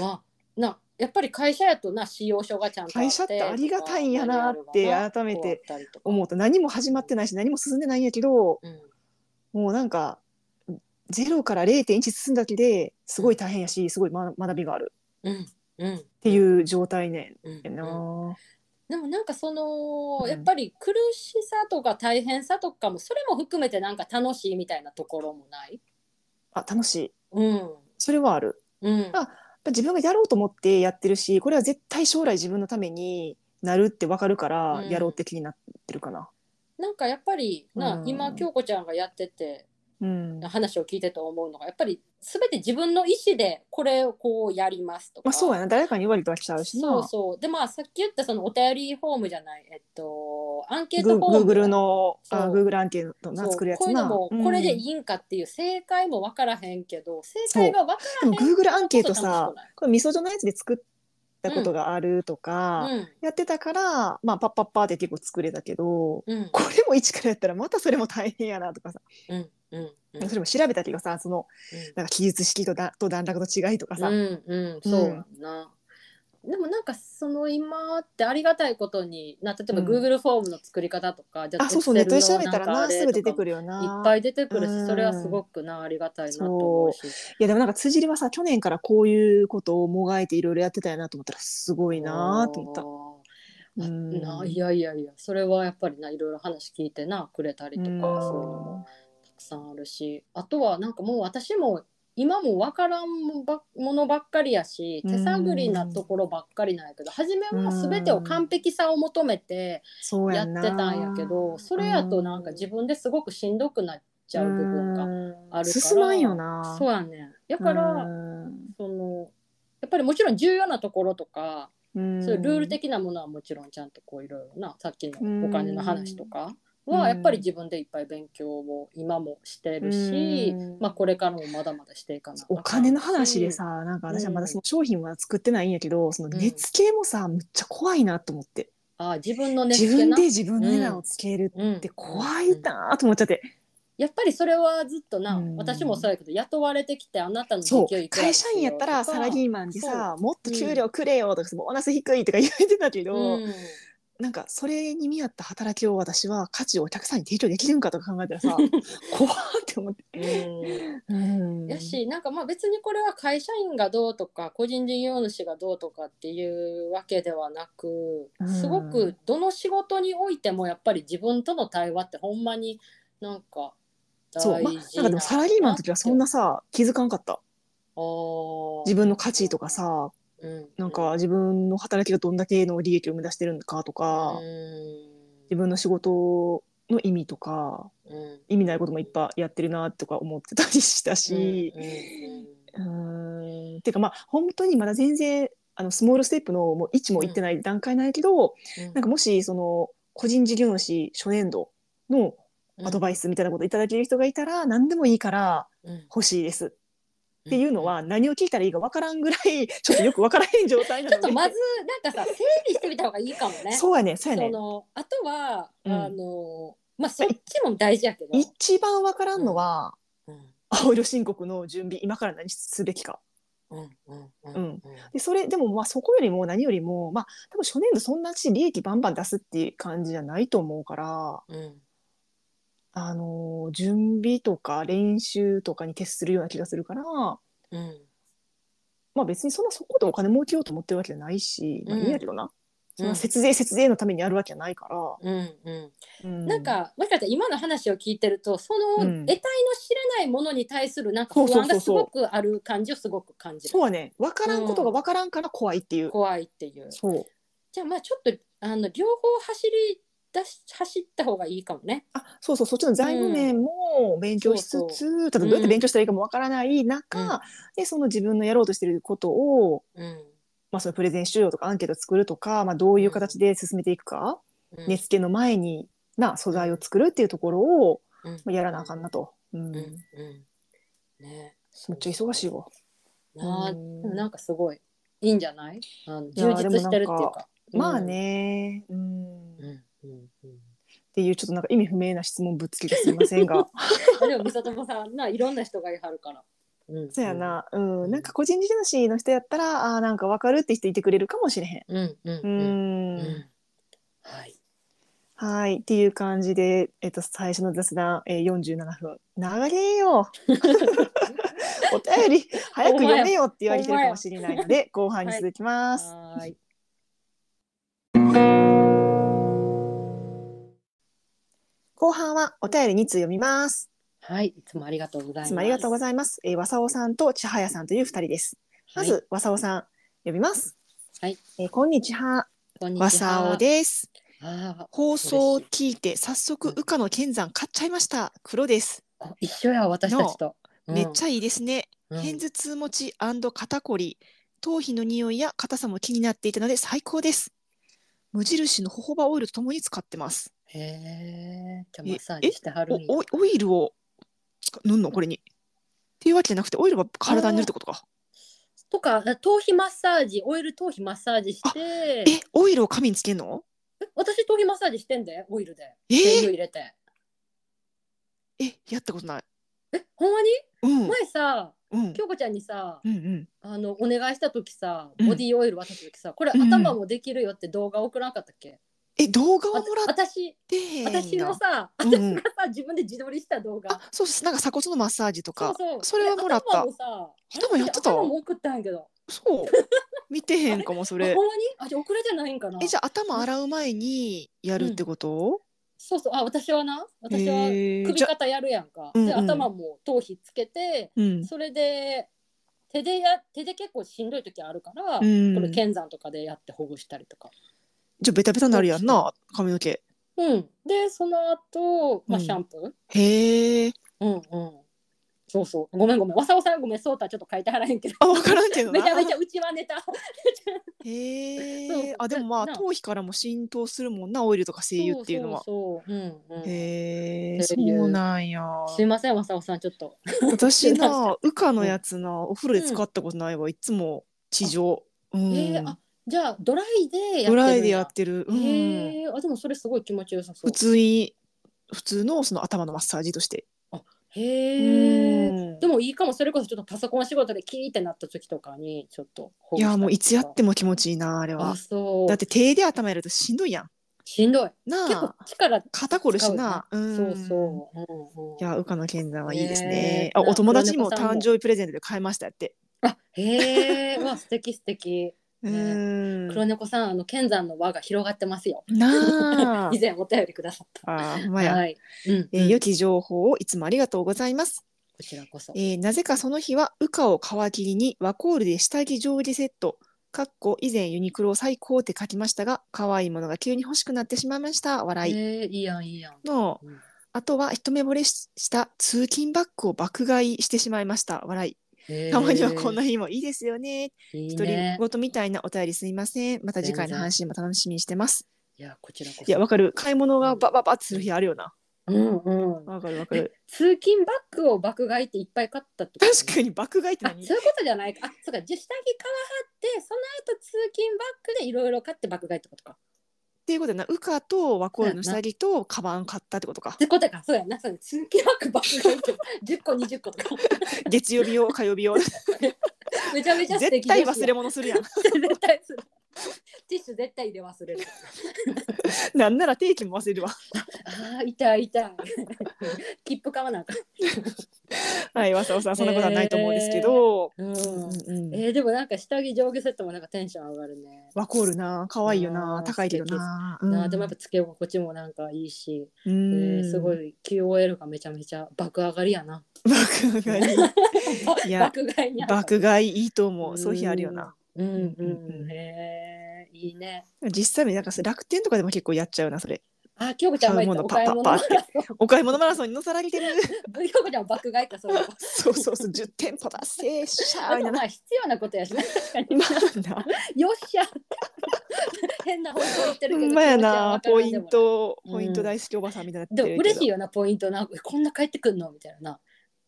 まあなやっぱり会社やとな使用書がちゃんとあ会社ってありがたいんやなって改めて思うとと何も始まってないし何も進んでないんやけどか、うんもうなんか0から0.1進んだだけですごい大変やしすごい、ま、学びがあるうんうんっていう状態ねうんんな、うんでもなんかその、うんやっぱり苦しさとか大変さとかもそれも含めてなんか楽しいみたいなところもない、あ楽しいうんそれはあるうん、あやっぱ自分がやろうと思ってやってるしこれは絶対将来自分のためになるって分かるからうんやろうって気になってるかな。なんかやっぱりな、うん今京子ちゃんがやっててうんま話を聞いてて思うのがやっぱり全て自分の意思でこれをこうやりますとか、あそうやな誰かに言われては来ちゃうしなそうそうでまあさっき言ったそのお便りフォームじゃないえっとアンケーグトーフォグーームグルのそうあグーグルアンケートそなう作るやこうついうのな。もうんこれでいいんかっていう正解も分からへんけど正解が分かでもグーグルアンケートそうさ楽しくない、、これみそじのやつで作ったことがあるとからうんやってたからまあパッパッパーって結構作れたけど。うんこれも一からやったらまたそれも大変やなとかさ、うんうんうんそれも調べたけどさそのなんか記述式とだと段落の違いとかさ、うんうんそうやんな、でもなんかその今ってありがたいことにな例えばうん Google フォームの作り方とかじゃあそうそうネットで Excel 調のべたらんかあなれすぐ出てくるるよないっぱい出てくるうしんそれはすごくなありがたいなと思うしいやでもなんか辻りはさ去年からこういうことをもがいていろいろやってたよなと思ったらすごいなと思った。思うんいやいやいやそれはやっぱりないろいろ話聞いてなくれたりとかそういうのもたくさんあるしあとはなんかもう私も今も分からんもばものばっかりやし手探りなところばっかりなんやけど初めは全てを完璧さを求めてそうやっやんてなたんやけどそれやとなんか自分ですごくしんどくなっちゃう部分があがるから進まんよな。そううやねんだからんそのやっぱりもちろん重要なところとかうんそういうルール的なものはもちろんちゃんとこういろいろなさっきうんのお金の話とかうんはやっぱり自分でいっぱい勉強を今もしてるしうん、まあ、これからもまだまだしていかなお金の話でさなんか私はまだその商品は作ってないんやけどその熱系もさむっちゃ怖いなと思ってあー自分の値付自け分なで自分の値段をつけるうんって怖いなーと思っちゃって、やっぱりそれはずっとな、うん私もそうやけど雇われてきてあなたのそ時給ういくらで会す社よ員やったらとかサラリーマンでさもっと給料くれよとか、ボーナス低いとか言われてたけど、うんなんかそれに見合った働きを私は価値をお客さんに提供できるんかとか考えたら さ怖ーって思って。うんやしなんかまあ別にこれは会社員がどうとか個人事業主がどうとかっていうわけではなくうんすごくどの仕事においてもやっぱり自分との対話ってほんまになんか大事そう、まあ、なんかでもサラリーマンの時はそんなさ気づかんかった自分の価値とか、さあーなんか自分の働きがどんだけの利益を生み出してるのかとか、うん自分の仕事の意味とかうん意味ないこともいっぱいやってるなとか思ってたりしたし、うんうんうんてかまあ本当にまだ全然あのスモールステップのもう位置もいってない段階なんやけど、うんなんかもしその個人事業主初年度のアドバイスみたいなこといただける人がいたら何でもいいからうん欲しいですっていうのは何を聞いたらいいかわからんぐらい ちょっとよくわからへん状態なちょのっでとまずなんかさ整理してみた方がいいかも ね。そうやねそうやそねのあとは、うんあのまあそっちも大事やけど、一番わからんのは、うん青色申告の準備今から何すべきかうんうんうんうんでそれでもまあそこよりも何よりもまあ多分初年度そんなし利益バンバン出すっていう感じじゃないと思うから、うんあのー準備とか練習とかに徹するような気がするから、まうんあ、別にそんなそこでお金儲けようと思ってるわけじゃないし、まあ、うんいいんやけどな、そんうなん節税節税のためにやるわけじゃないかうら、んうんうんなんかもしかしたら今の話を聞いてるとその、うん得体の知れないものに対するなんかそう不そうそう安がすごくある感じをすごく感じるそうはね分からんことが分からんから怖いっていう、怖いっていうそうじゃあまあちょっとあの両方走り出し走った方がいいかもねあそうそうそっちの財務面も勉強しつつ、ただどうやって勉強したらいいかもわからない中、うんでその自分のやろうとしてることを、うんまあ、そのプレゼン資料とかアンケート作るとか、まあ、どういう形で進めていくか、うん値付けの前にな素材を作るっていうところをうんまあやらなあかんなと。うんうんめうんねっちゃ忙しいわ。なあうんでもなんかすごいいいんじゃないあのいや充実してるっていうでもなんかかまあ、ね、うんうっんうんうんていうちょっとなんか意味不明な質問ぶっつけてすいませんがあでも美里もさんないろんな人がいはるから、うんそうやな、うん、なんか個人事業主の人やったらあーなんかわかるって人いてくれるかもしれへん。うんうんううんうんんはいはい。っていう感じで、えっと、最初の雑談、えー、47分。長げーよお便り、早く読めよって言われてるかもしれないので、後半に続きます。はーい後半はお便り2通読みます。はいいつもありがとうございいますつもありがとうごいざいます。えー、わさおさんとちはやさんという2人です。まはい、ず、わさおさん、読みます。はい。えー、こんにちは。こんにちはわさおです。あ放送を聞いて、早速、羽化の剣山買っちゃいました。黒です。ーあ一緒や私たちと、めっちゃ、ゃいいですね。うん片頭痛持ち肩こり頭皮の匂いや硬さも気になっていたので最高です無印のホホバオイルとともに使ってますへえじゃあえマッサージしてはるんやおおオイルを使塗んのこれにっていうわけじゃなくてオイルが体に塗るってことかとか頭皮マッサージオイル頭皮マッサージしてえオイルを髪につけるのえ私頭皮マッサージしてんでオイルでえ全部ー、入れてえやったことないえほんまにうん前さうん京子ちゃんにさうんうんあのお願いした時さうんボディオイル渡した時さ、これうんうん頭もできるよって動画送らんかったっけ、え動画をあもらっ私てへんな私のさうんうん私さ自分で自撮りした動画あそうですなんか鎖骨のマッサージとそうかそうそれはもらったで頭もさ頭やってた頭も送ったんやけどそう見てへんかもそこれほんまにあじゃあ遅れじゃないんかなえじゃあ頭洗う前にやるってこと、そうそうあ私はな私はえー首じゃあ肩やるやんか、うんうんで頭も頭皮つけてうんそれで手でや手で結構しんどい時あるから、うんこれ剣山とかでやってほぐしたりとか。じゃあベタベタになるやんな髪の毛うん、でその後、まあうんシャンプー、へえうん、うんそうそうごめんごめんわさおさんごめんそうたちょっと書いてはらへんけどあ分からんけど なめちゃめちゃうちはネタへそうえあでもまあな頭皮からも浸透するもんなオイルとか精油っていうのはそうそうそう、うんうん、へえそそういううなんやすいませんわさおさんちょっと私な羽化のやつなお風呂で使ったことないわいつも地上うん、えー、あじゃあドライでやってるんだドライでやってる、うん、へえあでもそれすごい気持ちよさそう普通に普通のその頭のマッサージとして、へえうんでもいいかもそれこそちょっとパソコン仕事でキーってなった時とかにちょっといやもういつやってもも気持ちいいなあれはあそうだって手で頭やるとしんどいやんしんどい結構なあ力肩こるしな、そううんそう、うんうん、いや、うかの健三はいいですねねえ。あ、お友達にも黒猫さんも誕生日プレゼントで買いましたって。あへえわあ素敵素敵うねん。黒猫さんあの剣山の輪が広がってますよなあ 以。前お便りくださったあー、ほんまや。はい、うんえー良き情報をいつもありがとうございます。こちらこそえーなぜかその日は羽化を皮切りにワコールで下着常時セット。かっこ以前ユニクロ最高って書きましたが、可愛いものが急に欲しくなってしまいました。笑い。へえいいやんいいやんのうんあとは一目惚れしした通勤バッグを爆買いしてしまいました。笑い。へえたまにはこんな日もいいですよね。いい独りね言みたいなお便りすいません。また次回の話も楽しみにして ます。いやこちらこそいや、わかる。買い物がバババってする日あるよな。うんうんわかるわかる。通勤バッグを爆買いっていっぱい買ったってこと 確かに爆 買いってあ何そういうことじゃないかあそうかじゃあ下着買わはってその後通勤バッグでいろいろ買って爆買いってことかっていうことやな。ウカとワコールの下着とカバン買ったってことかっ。てことかそうやなそうや通勤バッグ爆買いって10個20個 とか月曜日用、火曜日用。 めちゃめちゃ素絶敵対です忘ねれ物 するやん。絶対するティッシュ絶対入れ忘れるなんなら定期も忘れるわ。ああ痛い痛い切符買わなあかんはい、わさわさそんなことはないと思うんですけど。うんうんうんえー、でもなんか下着上下セットもなんかテンション上がるね、ワコールな、可愛いよなう、ん高いけどな。なあでもやっぱぱ、つけ心地もなんかいいし、うえんー、すご。い QOL がめちゃめちゃ爆上がりやな爆買 い。いや爆買いにあった爆買いいいと思う。そういう日あるよな。うんううんんううんんへえいいね実際になんかそれ楽天とかでも結構やっちゃうなそれあ京子ちゃんも言ったお買い買う物ものマパラッソパお買い物マラソンに乗せられてるン京子ちゃんも爆買い かそれはそうそうそう10店舗達成しゃあーみと たいまなあ必要なことやし ね確かにまあなよっしゃ って変な方向行ってるほけどんまや気持ちはわかならんポイントうんポイント大好きおばさんみたいになでってもるけど嬉しいいよなポイントなこんな帰ってくんのみたいな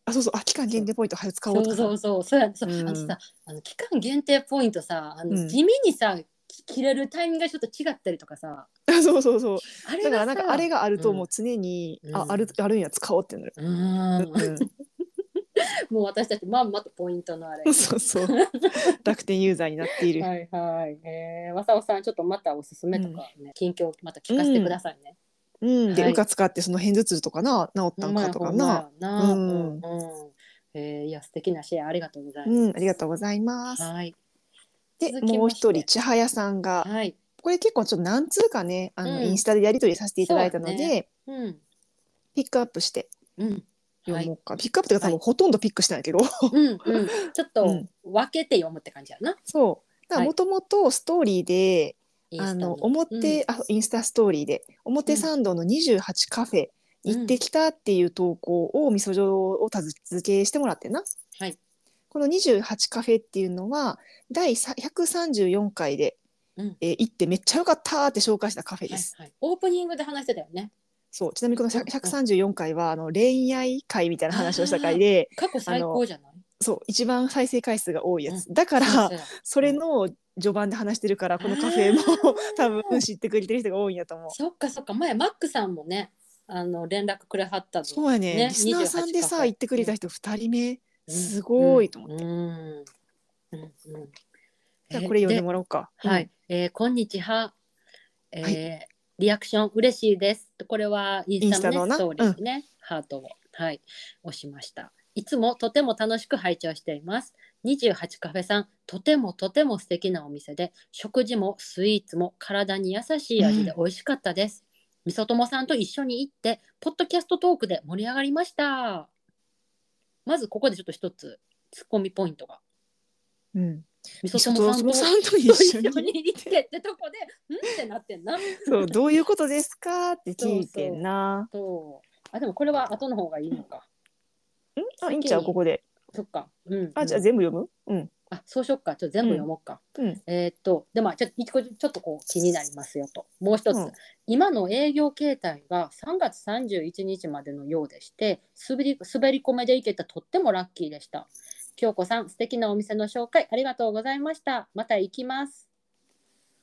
あそうそうあ期間限定ポイント早く使おそううとかそうそうそうやそう、うんあのさあの期間限定ポイントさあの、うん地味にさき切れるタイミングがちょっと違ったりとかさあ そうそうそうあれがだからさなんかあれがあるとうんもう常にうんああるあるんや使おうってなるうーんうもう私たちまんまとポイントのあれんそ うそう楽天ユーザーになっているはいはいえー、わさおさんちょっとまたおすすめとかね、近況また聞かせてくださいね、うんではいうか使ってその片頭痛とかな治ったほんんまかやとほかんまなやなうんうんうんえー、いや素敵なシェアありがとうございます、うんありがとうございますはいで続きましてもう一人千早さんがはいこれ結構ちょっと何通かねあの、うんインスタでやり取りさせていただいたので、そうだねうんピックアップしてうんは読もい、うか、ピックアップっていうか多分ほとんどピックしてないけど、うんうん、ちょっうとん分けて読むって感じやな。そうはいもともとストーリーで、インあスタの表、あインスタストーリーで表参道の28カフェに行ってきたっていう投稿をみそじょをたず付けしてもらってな。はいこの28カフェっていうのは第さ134回で、うんえー行ってめっちゃ良かったって紹介したカフェはでいす。はい、オープニングで話してたよね。そうちなみにこのうんうん134回はあの恋愛会みたいな話をした 回で過去最高じゃないそう一番再生回数が多いやつ、だからそうそうそれの序盤で話してるからこのカフェ も多分知ってくれてる人が多いんやと思う。そっかそっか前マックさんもねあの連絡くれはったのそうやねねリスナーさんで28カフさェ言ってくれた人2人目うんすごいと思って、うんうんうんじゃあこれ読んでももらおうか。はうんい、えー、こんにちは、えーはリアクション嬉しいですこれはインスタの,、インね、スタストのーなリーにね、ハートをはい押しましたいつもとても楽しく拝聴しています28カフェさんとてもとても素敵なお店で食事もスイーツも体に優しい味で美味しかったです、みそともさんと一緒に行ってポッドキャストトークで盛り上がりましたまずここでちょっと一つツッコミポイントがうん、みそみそととももさんとさんと一一緒緒にに行ってってとこで「うん?」ってなってんな。そうどういうことですかって聞いてんな。そうあでもこれは後の方がいいのか。んあいいんちゃうここで。そっか。うん、あじゃあ全部読むうんあそうしよっか。ちょっと全部読もうか。うんえーっとでまあちょっと一個ちょっとこう気になりますよともう一つ、うん今の営業形態が3月31日までのようでして滑り滑り込めで行けたとってもラッキーでした。京子さん素敵なお店の紹介ありがとうございました。また行きます。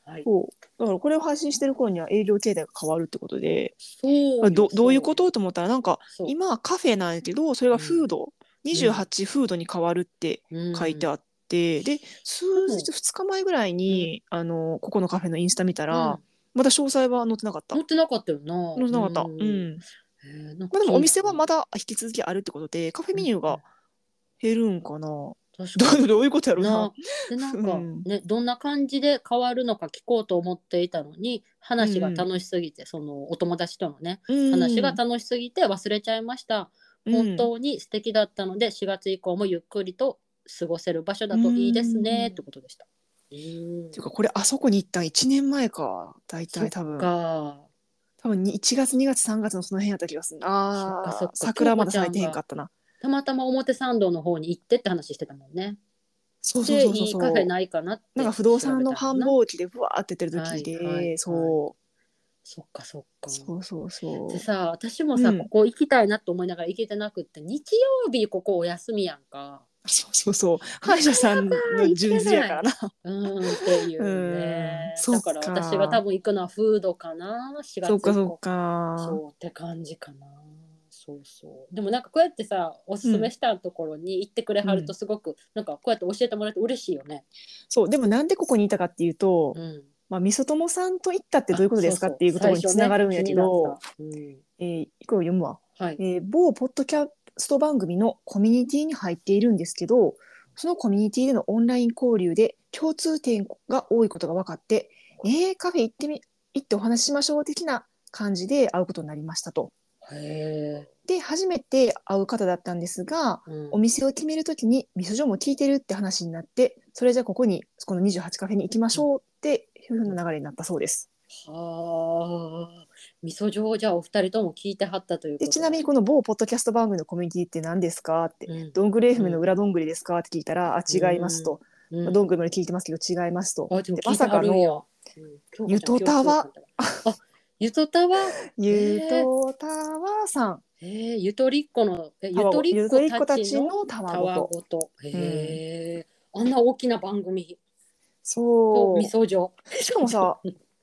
はい、そうだからこれを配信してる頃には営業形態が変わるってことでそうどどういうこととと思ったらなんか今はカフェなんやけどそれがフード、28フードに変わるって書いてあっって、で数日2日前ぐらいに、あのここのカフェのインスタ見たたら、まだ詳細は載ってなかった載っ載てなかったよなってなかった、うんへーなんまかあ、でもお店はまだ引き続きあるってことでカフェメニューが減るんかな、 確かどにうどういうことやろうなな でなんか、うんね、どんな感じで変わるのか聞こうと思っていたのに話が楽しすぎて、そのお友達とのねうん話が楽しすぎて忘れちゃいました、本当に素敵だったので4月以降もゆっくりと過ごせる場所だといいですね、うんってことでした。ていうかこれあそこに行ったん1年前か大体多分か多分に1月2月3月のその辺やった気がするあそっかそっあか桜まだ咲いてへんかったなたまたま表参道の方に行ってって話してたもんね。そうそうでそうそういいカフェないかなってなんか不動産の繁調べたのかな忙期でぶわーって出てる時で、はいはいはいそそっかそっうか。そうそうそうでさ私もさ、うんここ行きたいなと思いながら行けてなくって日曜日ここお休みやんか。 そうそうそう 歯医者さんの順次やからなうんっていうね。うんだからそっか私が多分行くのはフードかな4月そうかそ以う降かそうって感じかな。そうそうでもなんかこうやってさおすすめしたところに行ってくれはるとすごく、なんかこうやって教えてもらえて嬉しいよね。そうでもなんでここにいたかっていうと、うん、まあ、みそともさんと行ったってどういうことですかあっていうところにそそつながるんやけど、最初ねえー、一個読むわ、気になったうん、はい。えー某ポッドキャスト番組のコミュニティに入っているんですけどそのコミュニティでのオンライン交流で共通点が多いことが分かってえー、カフェ行ってみ行ってお話ししましょう的な感じで会うことになりましたと。へえ。で初めて会う方だったんですがうんお店を決めるときにミスジョも聞いてるって話になってそれじゃあここにこの28カフェに行きましょうっていうふうな流れになったそうです。はあ。味噌状をじゃあお二人とも聞いてはったということでちなみにこの某ポッドキャスト番組のコミュニティって何ですかってうんどんぐり FM の裏どんぐりですかって聞いたら、あ違いますと、うんどんぐりまで聞いてますけど違いますとあでも聞まいてさはかるんやのうん京子ちゃんゆとたわあゆとたわゆとたわさん、えー、ゆとりっ子のえゆたわとごりゆっとりっ子子たたちちののたわたごわとごとへえ、あんな大きな番組とそう味噌状しかもさ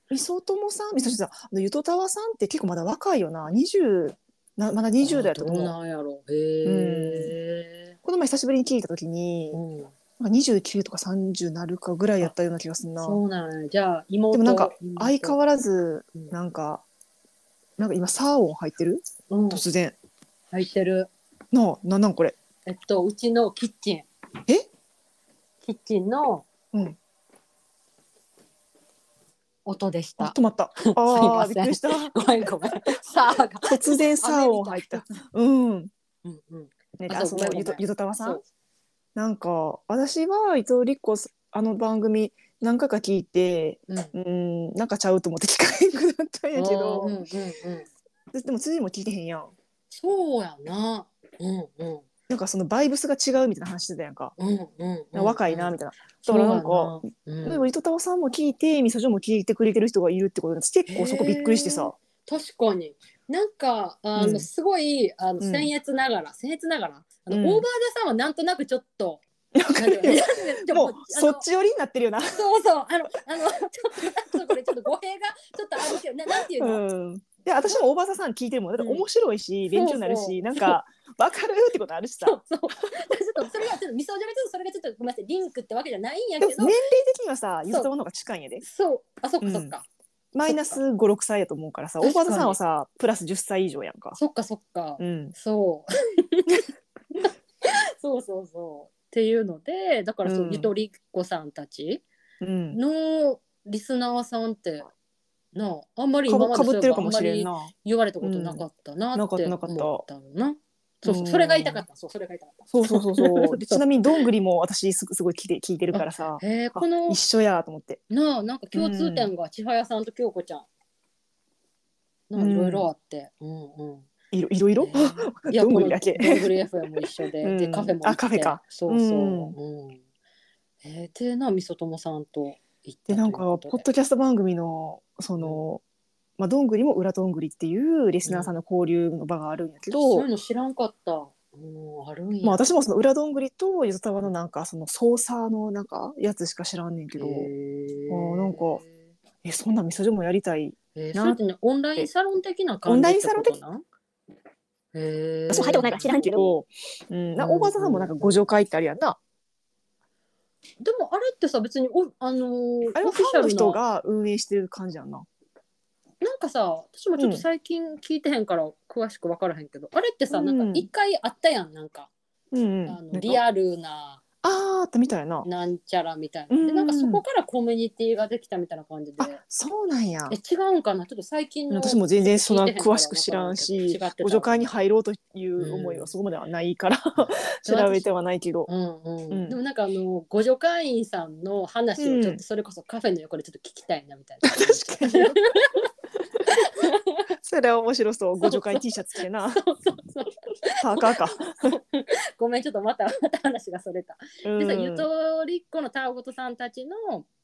みそともさんみそじさんあのゆとたわさんって結構まだ若いよな20なまだ20代だとど思ううなんやろへえ、この前久しぶりに聞いた時に、うん、なんか29とか30なるかぐらいやったような気がするなそうなんやじゃあ妹でもなんか相変わらずうんなんかなんか今サーオン入ってるらうん突然入ってるなあななんこれえっとうちのキッチンえキッチンのうん音でしあた止ま ったいあまあせん びっくりしたごめんごめんさあが突然サーオン入ったうんうんうんねああそうごめんごめんゆとゆとたわさそんうなんか私は伊藤立子さんあの番組何回か聞いてうんうーんなんかちゃうと思って聞かへんくなったんやけど、あーうんうんうん、ででも辻も聞いてへんやんそうやな。うんうんなんかそのバイブスが違うみたいな話してたやんかうんうん、うん。若いなみたたいな、だからなんかうんでも糸田さんも聞いてみそじょも聞いてくれてる人がいるってことで結構そこびっくりしてさ確かに。なんかあの、うんすごいあのうん僭越ながら、僭越ながらあの、うんオーバーザさんはなんとなくちょっと。わかる なんよていうのもうあのそっち寄りになってるよなそうそうあのあのちょっとなんかこれちょっと語弊がちょっとあるけどななんていうの、うんで私も大ばささん聞いてるもんだって面白いし、勉強になるしそうそうなんかわかるってことあるしさそうそうちょっとそれがちょっとみそじょめちょっとそれがちょっとごめんなさいリンクってわけじゃないんやでもけ年ど齢的にはさゆとたわの方が近いんやでそうあそっかそっか、マイナス56歳やと思うからさ確か大ばにさんはさプラス10歳以上やんかそっかそっかうんそう。そうそうそう。っていうのでだからそう、うんゆとりっ子さんたちうんのリスナーさんってなああんまりか今ぶまかでそうぶっいてえばるかあんもましれんりな言われたことなかったななっかってた思なっかったたのな。そうそううんそれが痛かったそうそれが痛かった。そうそうそ うそうでそうちなみにどんぐりも私すすごい聞いて聞いてるからさへえあこの一緒やと思ってなあなんか共通点が千早さんと京子ちゃん。なあうんいろいろあって、うんうん、いろいろいろいやどこのどんぐりんだけぐり FM も一緒で、でうんカフェも行ってあカフェかそうそう、ううんえー、でなみそともさんと行ったでなんかポッドキャスト番組のその、まあ、どんぐりも裏どんぐりっていうリスナーさんの交流の場があるんやけど、そういうの知らんかった、うん、あるんや、まあ、私もその裏どんぐりとゆずたわのなんかその操作のなんかやつしか知らんねんけど、へーあーなんかえそんなミソジもやりたいえー、それってね、オンラインサロン的な感じオンラインサロン的ってことなんへえ。私も入ったことないから知らんけど、うん、な大場さんもなんかご紹介ってあるやんな、でもあれってさ別におあのーあれはオフフィシャァンのル人なが運営してる感じやんななんかさ私もちょっと最近聞いてへんから詳しく分からへんけど、あれってさうんなんか一回あったやんなんか、うん、あなのんかリアルなあーあったみたいななんちゃらみたいな、うんでなんかそこからコミュニティができたみたいな感じであそうなんやえ違うんかなちょっと最近の私も全然そんな聞いてへんから詳しく知らんし分からんけど違ってたご助会に入ろうという思いはそこまではないから、調べてはないけどうんうんうんでもなんかあの互助会員さんの話をちょっとそれこそカフェの横でちょっと聞きたいなみたいな、確か にそれは面白そうご助会 T シャツ着てなそうそうそうパーカーか、ごめんちょっとまたまた話がそれた、うん、でさゆとりっ子のたわごとさんたちの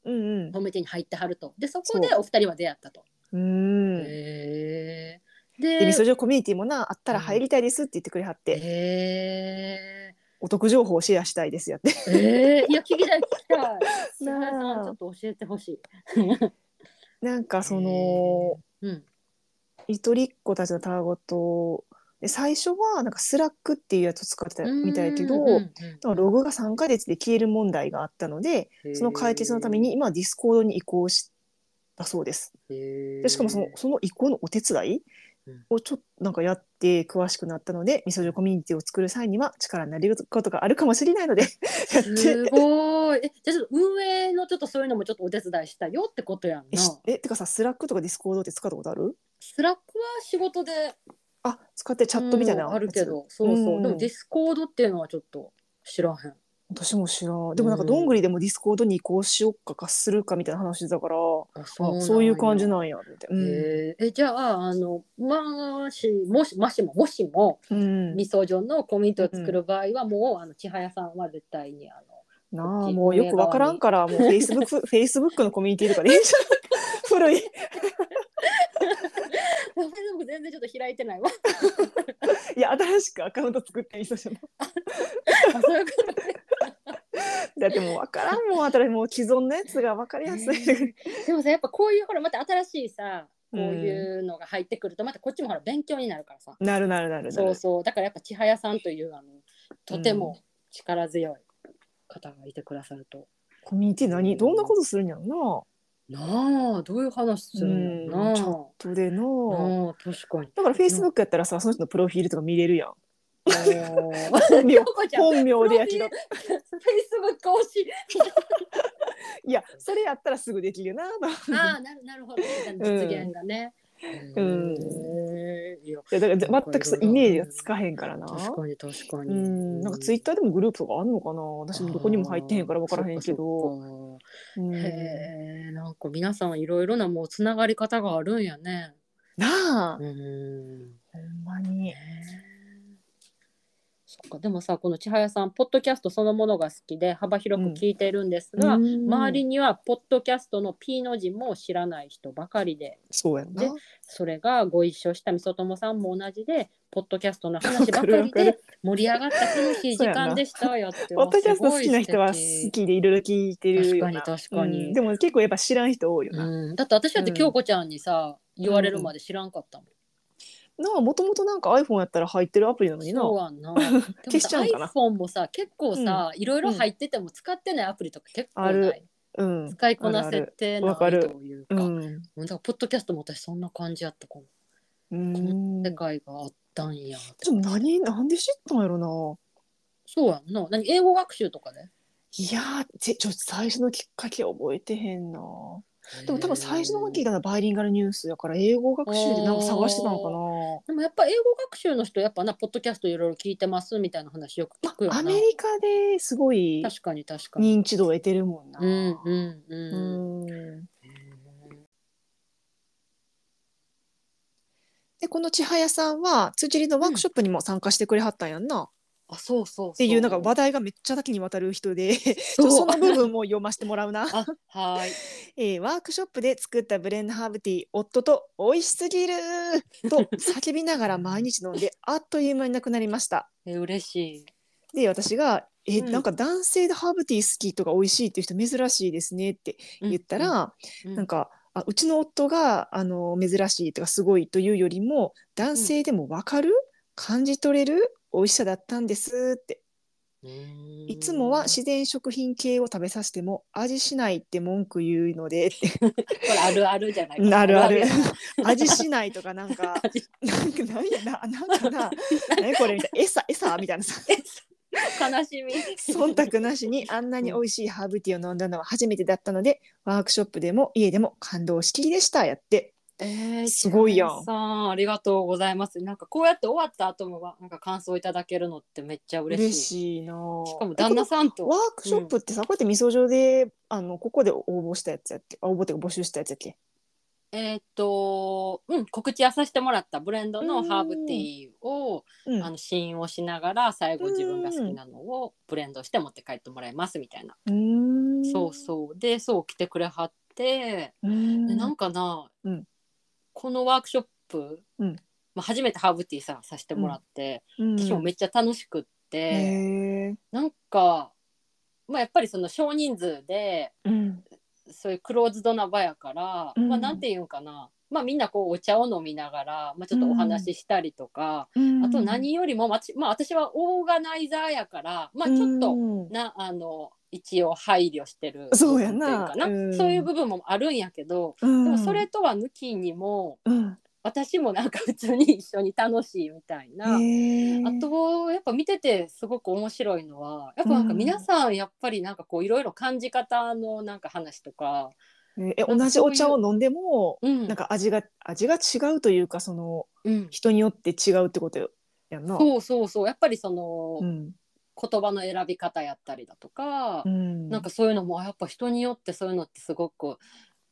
うんうんコミュニティに入ってはるとでそこでお二人は出会ったとうんへえでみでそじコミュニティもなあったら入りたいですって言ってくれはって、へお得情報をシェアしたいですやってええー、いや聞きたい聞きたい菅 な原あさんちょっと教えてほしいなんかそのうんゆとりっ子たちのたわごとで最初はなんかスラックっていうやつを使ってたみたいやけど、うんうんログが3ヶ月で消える問題があったのでうんその解決のために今はディスコードに移行したそうです。へーでしかもそのその移行のお手伝いうんをちょっとなんかやって詳しくなったのでみそじコミュニティを作る際には力になれることがあるかもしれないのでやって すごい。え、じゃあちょっと運営のちょっとそういうのもちょっとお手伝いしたよってことやんえなし。えてかさスラックとかディスコードって使ったことあるスラックは仕事であ使ってチャットみたいうなやんつあるけど、そうそう。うんでもディスコードっていうのはちょっと知らへん。私も知らんでもなんかうんどんぐりでもディスコードに移行しよっかかするかみたいな話だから、あ、あそういう感じの。なんやみたいな、へーえじゃああのもしもしもしももしもうんみそじょのコミュニティを作る場合は、もうあの千早さんは絶対にあのなこっあちもうよくわからんか らもうフェイスブックフェイスブックのコミュニティとかでいいじゃん古い僕 全然ちょっと開いてないわいや新しくアカウント作っていい人 じゃんあそういうことだってもうわからんもん新しいもう既存のやつがわかりやすい でもさやっぱこういうほらまた新しいさこういうのが入ってくるとまたこっちもほら勉強になるからさ、なるなるなるなそうるそうだからやっぱ千早さんというあのとても力強い方がいてくださると、コミュニティ何どんなことするんやろなあどういう話するんだろううんなちょなとであのああ確 かにだからフェイスブックやったらさその人のプロフィールとか見れる やんおー 本名京子ちゃん本名でやけどプロフィール Facebook 更 新いやそれやったらすぐできるなとああなるなるほど実現がね、うんへえいやいやだから全くそうイメージがつかへんからな。確かに確かうに、ん、なんかツイッターでもグループとかあんのかな私もどこにも入ってへんから分からへんけど。あーそっかそっかうんへえなんか皆さんいろいろなもうつながり方があるんやね。なあ、うん。ほんまにへ。えそっかでもさこの千早さんポッドキャストそのものが好きで幅広く聞いてるんですが、周周りにはポッドキャストの P の字も知らない人ばかりでそうやんなで。それがご一緒したみそともさんも同じ でポッドキャストの話ばかわりかるわで盛り上がった楽しい時間でしたよって ポッドキャスト好きな人は好きでいろいろ聞いてる確よかうにな。確かに。うんでも結構やっぱ知らん人多いよな。うん、だって私だってうん京子ちゃんにさ、言われるまで知らんかったもん。なあもともとなんか iPhone やったら入ってるアプリなのにな。そうやんな。でも消しちさゃうんかな iPhone もさ結構さ、いろいろ入ってても使ってないアプリとか結構あるない。うん。使いこなせてないあるあるわかるというか。ううんん。だからポッドキャストも私そんな感じやったかも。うん。世で界があったんや。も何なんで知ったんやろな。そうやんな。何英語学習とかで。いやーぜちょ最初のきっかけ覚えてへんな。でも多分最初の方聞いへーたのはバイリンガルニュースやから英語学習でなんか探してたのかな。でもやっぱ英語学習の人やっぱなポッドキャストいろいろ聞いてますみたいな話よく聞くよまあ、なア。メリカですごい確かに確かに。認知度を得てるもんな。うんうんううん。んでこの千早さんはつじりのワークショップにも参加してくれはったんやんな、っあそうそうそう。っていうなんか話題がめっちゃ多岐にわたる人でちょっそとその部分も読ませてもら うな、あはい。えーワークショップで作ったブレンドハーブティー夫と「美味しすぎる!」と叫びながら毎日飲ん であっという間になくなりましたえ嬉しい。で私が「えうんなんか男性でハーブティー好きとか美味しいっていう人珍しいですね」って言ったら、うん、なんかあうちの夫があの珍しいとかすごいというよりも男性でも分かる、感じ取れる美味しさだったんですっていつもは自然食品系を食べさせても味しないって文句言うのでってこれあるあるじゃないかなるあるやな味しないとかなんかなんかなんやななんかな何これみたいな餌餌みたいなさ悲しみ忖度なしにあんなに美味しいハーブティーを飲んだのは初めてだったのでワークショップでも家でも感動しきりでしたやってえーすごいやん白井さんありがとうございますなんかこうやって終わった後もなんか感想いただけるのってめっちゃ嬉しい嬉しいなしかも旦那さんワとークショップってさ、こうやってみそ上であのここで応募したやつやっけあ応募っていうか募集したやつやっけえーっとうん告知はさせてもらったブレンドうのんハーブティーをうんあの試飲をしながら最後自分が好きなのをブレンドして持って帰ってもらいますみたいなうーんそうそうでそう来てくれはってうーんでなんかな、うんこのワークショップ、うんまあ、初めてハーブティーささせてもらって、うん私もめっちゃ楽しくって。へーなんか、まあ、やっぱりその少人数でうんそういうクローズドな場やから、うんまあなんていうんかな、まあ、みんなこうお茶を飲みながら、まあ、ちょっとお話ししたりとか、あと何よりも、まあ、ちまあ私はオーガナイザーやから、まあ、ちょっとうんな、あの一応配慮してるそうや部分っなていうかうんそういう部分もあるんやけど、うんでもそれとは抜きにもうん私もなんか普通に一緒に楽しいみたいな。へーあとやっぱ見ててすごく面白いのはやっぱなんか皆さんやっぱりなんかこういろいろ感じ方のなんか話とか、え同じお茶を飲んでもうんなんか味が味が違うというかそのうん、人によって違うってことやんなそうそうそうやっぱりその、ん言葉の選び方やったりだとか、うんなんかそういうのもあやっぱ人によってそういうのってすごく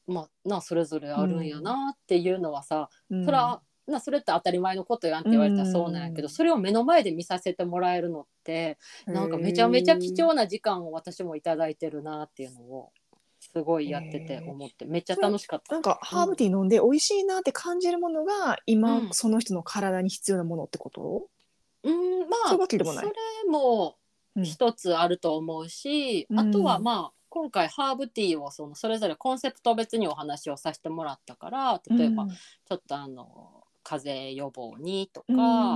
まあなそれぞれあるんやなっていうのはさ、うんそらなそれって当たり前のことやんって言われたらそうなんやけど、うんそれを目の前で見させてもらえるのってなんかめちゃめちゃ貴重な時間を私もいただいてるなっていうのをすごいやってて思ってめっちゃ楽しかっなた。んかハーブティー飲んで美味しいなって感じるものが今、うんその人の体に必要なものってことうんまあそういうわそけれでもないも一つあると思うし、うんあとはまあ今回ハーブティーをそのそれぞれコンセプト別にお話をさせてもらったから例えばうんちょっとあの風邪予防にとか、う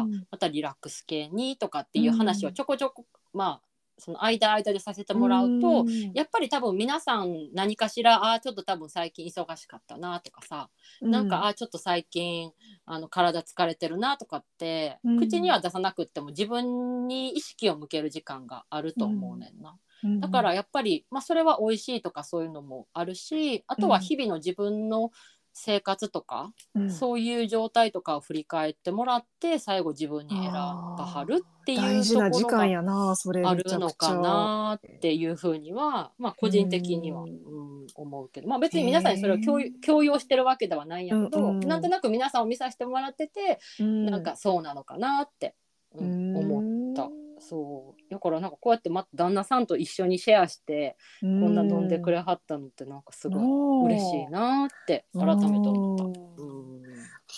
んまたリラックス系にとかっていう話をちょこちょこ、まあその間間でさせてもらうと、んやっぱり多分皆さん何かしらあーちょっと多分最近忙しかったなとかさ、なんかあーちょっと最近あの体疲れてるなとかって、うん口には出さなくっても自分に意識を向ける時間があると思うねんな、うんだからやっぱり、まあ、それは美味しいとかそういうのもあるしあとは日々の自分の生活とか、うんそういう状態とかを振り返ってもらって最後自分に選ばはるっていうところが大事な時間やなそれあめるちゃのくちかゃなっていうふうには、まあ、個人的には、ううんん思うけど、まあ、別に皆さんにそれを強,、へー強要してるわけではないんやけど、うんうんなんとなく皆さんを見させてもらってて、うんなんかそうなのかなって、うん思ったそうだからなんかこうやってまた旦那さんと一緒にシェアしてここんんな飲んでくれはったのってなんかすごいご嬉しいなって改めて思った。うん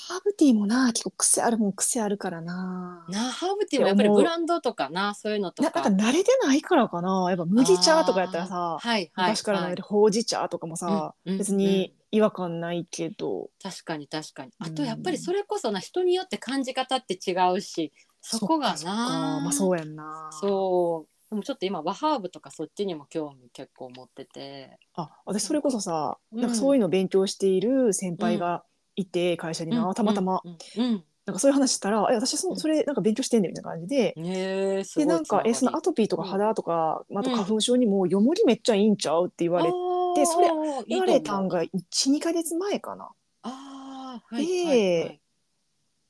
ハーブティーもな結構癖あるもん癖あるからななハーブティーもやっぱりブランドとかなそういうのとなかなんか慣れてないからかなやっぱ麦茶とかやったらさ、はいはい昔から飲めはいるほうじ茶とかもさ、うんうん別に違和感ないけど、確かに確かにうんあとやっぱりそれこそな人によって感じ方って違うしそこがなっかそっかまあそうやんなそうでもちょっと今ワハーブとかそっちにも興味結構持っててあ私それこそさ、うんなんかそういうの勉強している先輩がいて、会社にな、うんたまたま、うんうんなんかそういう話したら「え私そうんそれなんか勉強してんねん」みたいな感じで。うんねえすごでいなんかえそつなのがアりトピーとかうん肌とか、あと花粉症にもよもぎめっちゃいいんちゃうって言われて、あでそれれ言われたんが12か月前かな。あーはいではいはい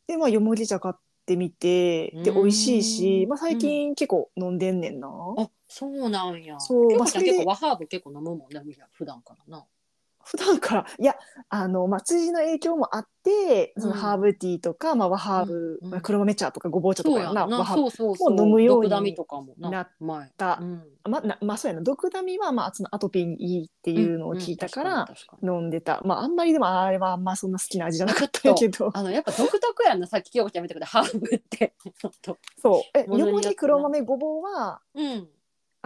でまあよもぎ茶買ってみてでうん美味しいし、まあ、最近結構飲んでんねんな。あそうなんやそう京まあ子ちゃんそれで結構ワハーブ結構飲むもんねみんな普段からな普段からいやあの、まあ、辻の影響もあってそのうんハーブティーとか、まあ、和ハーブ、うんうんまあ、黒豆茶とかごぼう茶とそかうややんんな和なハーブそうそうそうもう飲むように毒ダミとかもななっ前たうんまあなまあそうやな毒ダミは、まあ、そのアトピーにいいっていうのを聞いたから、うんうん確かに確かに飲んでたまああんまりでもあれはあんまそんな好きな味じゃ なかったんやけどあのやっぱ独特やなさっき京子ちゃん見たけどハーブって。ちょっとそうえ物よによもってなぎ黒豆ごぼうはうん。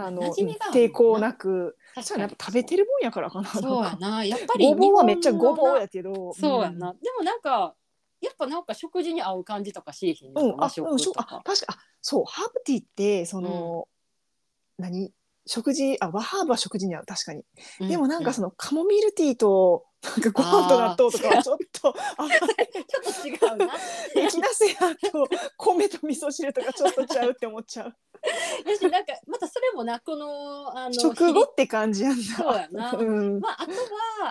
あの馴染みが抵抗なく確そかうにやなやっぱ食べてるもんやからかなそうやなんかなやっぱりごぼうはめっちゃ日本ごのなぼうやけどそうやな、でもなんかやっぱなんか食事に合う感じとかしいひんう、なんうん、あ、和うん、食とそう、あか、、確か、あ、そう、ハーブティーって、その、何、食事、あ、和ハーブは食事に合う、確かに。うでもなんかうその、カモミールティーと、なんかご飯と納豆とかはちょっと、あんまちょっと違う なりできなせやと、米と味噌汁とかちょっとちゃうって思っちゃう。やしなんかまたそれもなこのあの食後って感じやんな。そうやなうん。まあ、あとは、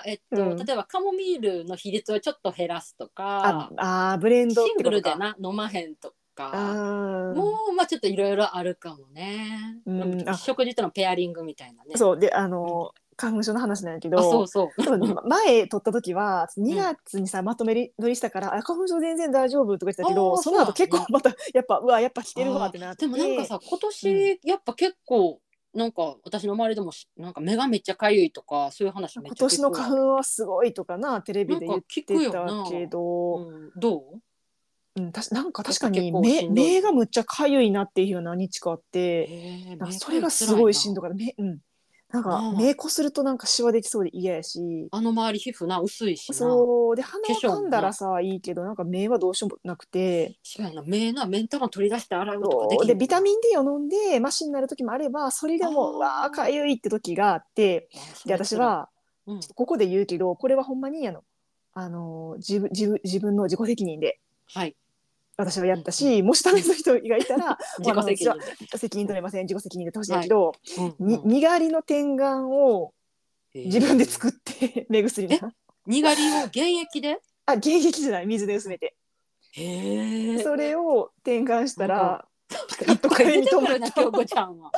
えっとうん例えばカモミールの比率をちょっと減らすとあか、あー、ブレンシドってンこグとルでか。な飲まへんとか、あもうまあちょっといろいろあるかもね、うんあ食事とのペアリングみたいなねあ、そう、で、あの、花粉症の話なんやけど。あそうそう 多分前撮った時はん2月にさまとめり撮りしたから「あ花粉症全然大丈夫」とか言ってたけあどーその後そう結やね構またやっぱうわやっぱ来てるわってなってでもなんかさ今年やっぱ結構なんか私の周りでもしなんか目がめっちゃかゆいとかそういう話めっ今ちゃ聞く年の花粉はすごいとかなテレビで言ってなんたか聞くけわ、どうん、どううんたしなんか確か結に構目しんどい目がむっちゃかゆいなっていうような何日かあってえなんかそれがすごいしんどかった目うんなんあかー目こするとなんかシワできそうで嫌やしあの周り皮膚な薄いしなそうで鼻を化粧もな噛んだらさいいけどなんか目はどうしようもなくて。しかもな目な目ん玉取り出して洗うとかでそきうでビタンミン D を飲んでマシになる時もあればそれでもあーうわあかゆいって時があってで私、はうん、ここで言うけどこれはほんまにあの、あのー自分自分自分の自己責任ではい私はやったし、もし試す人がいたら 自己責任責任取れません自己責任でってほしいんだけど、で、に身代わりの点眼を自分でる作って、 目薬なにがりを現役であ現役じゃない水で薄めてへえそれを点眼したら、ピカッととかかゆ出みてとくもるな京子ちゃんは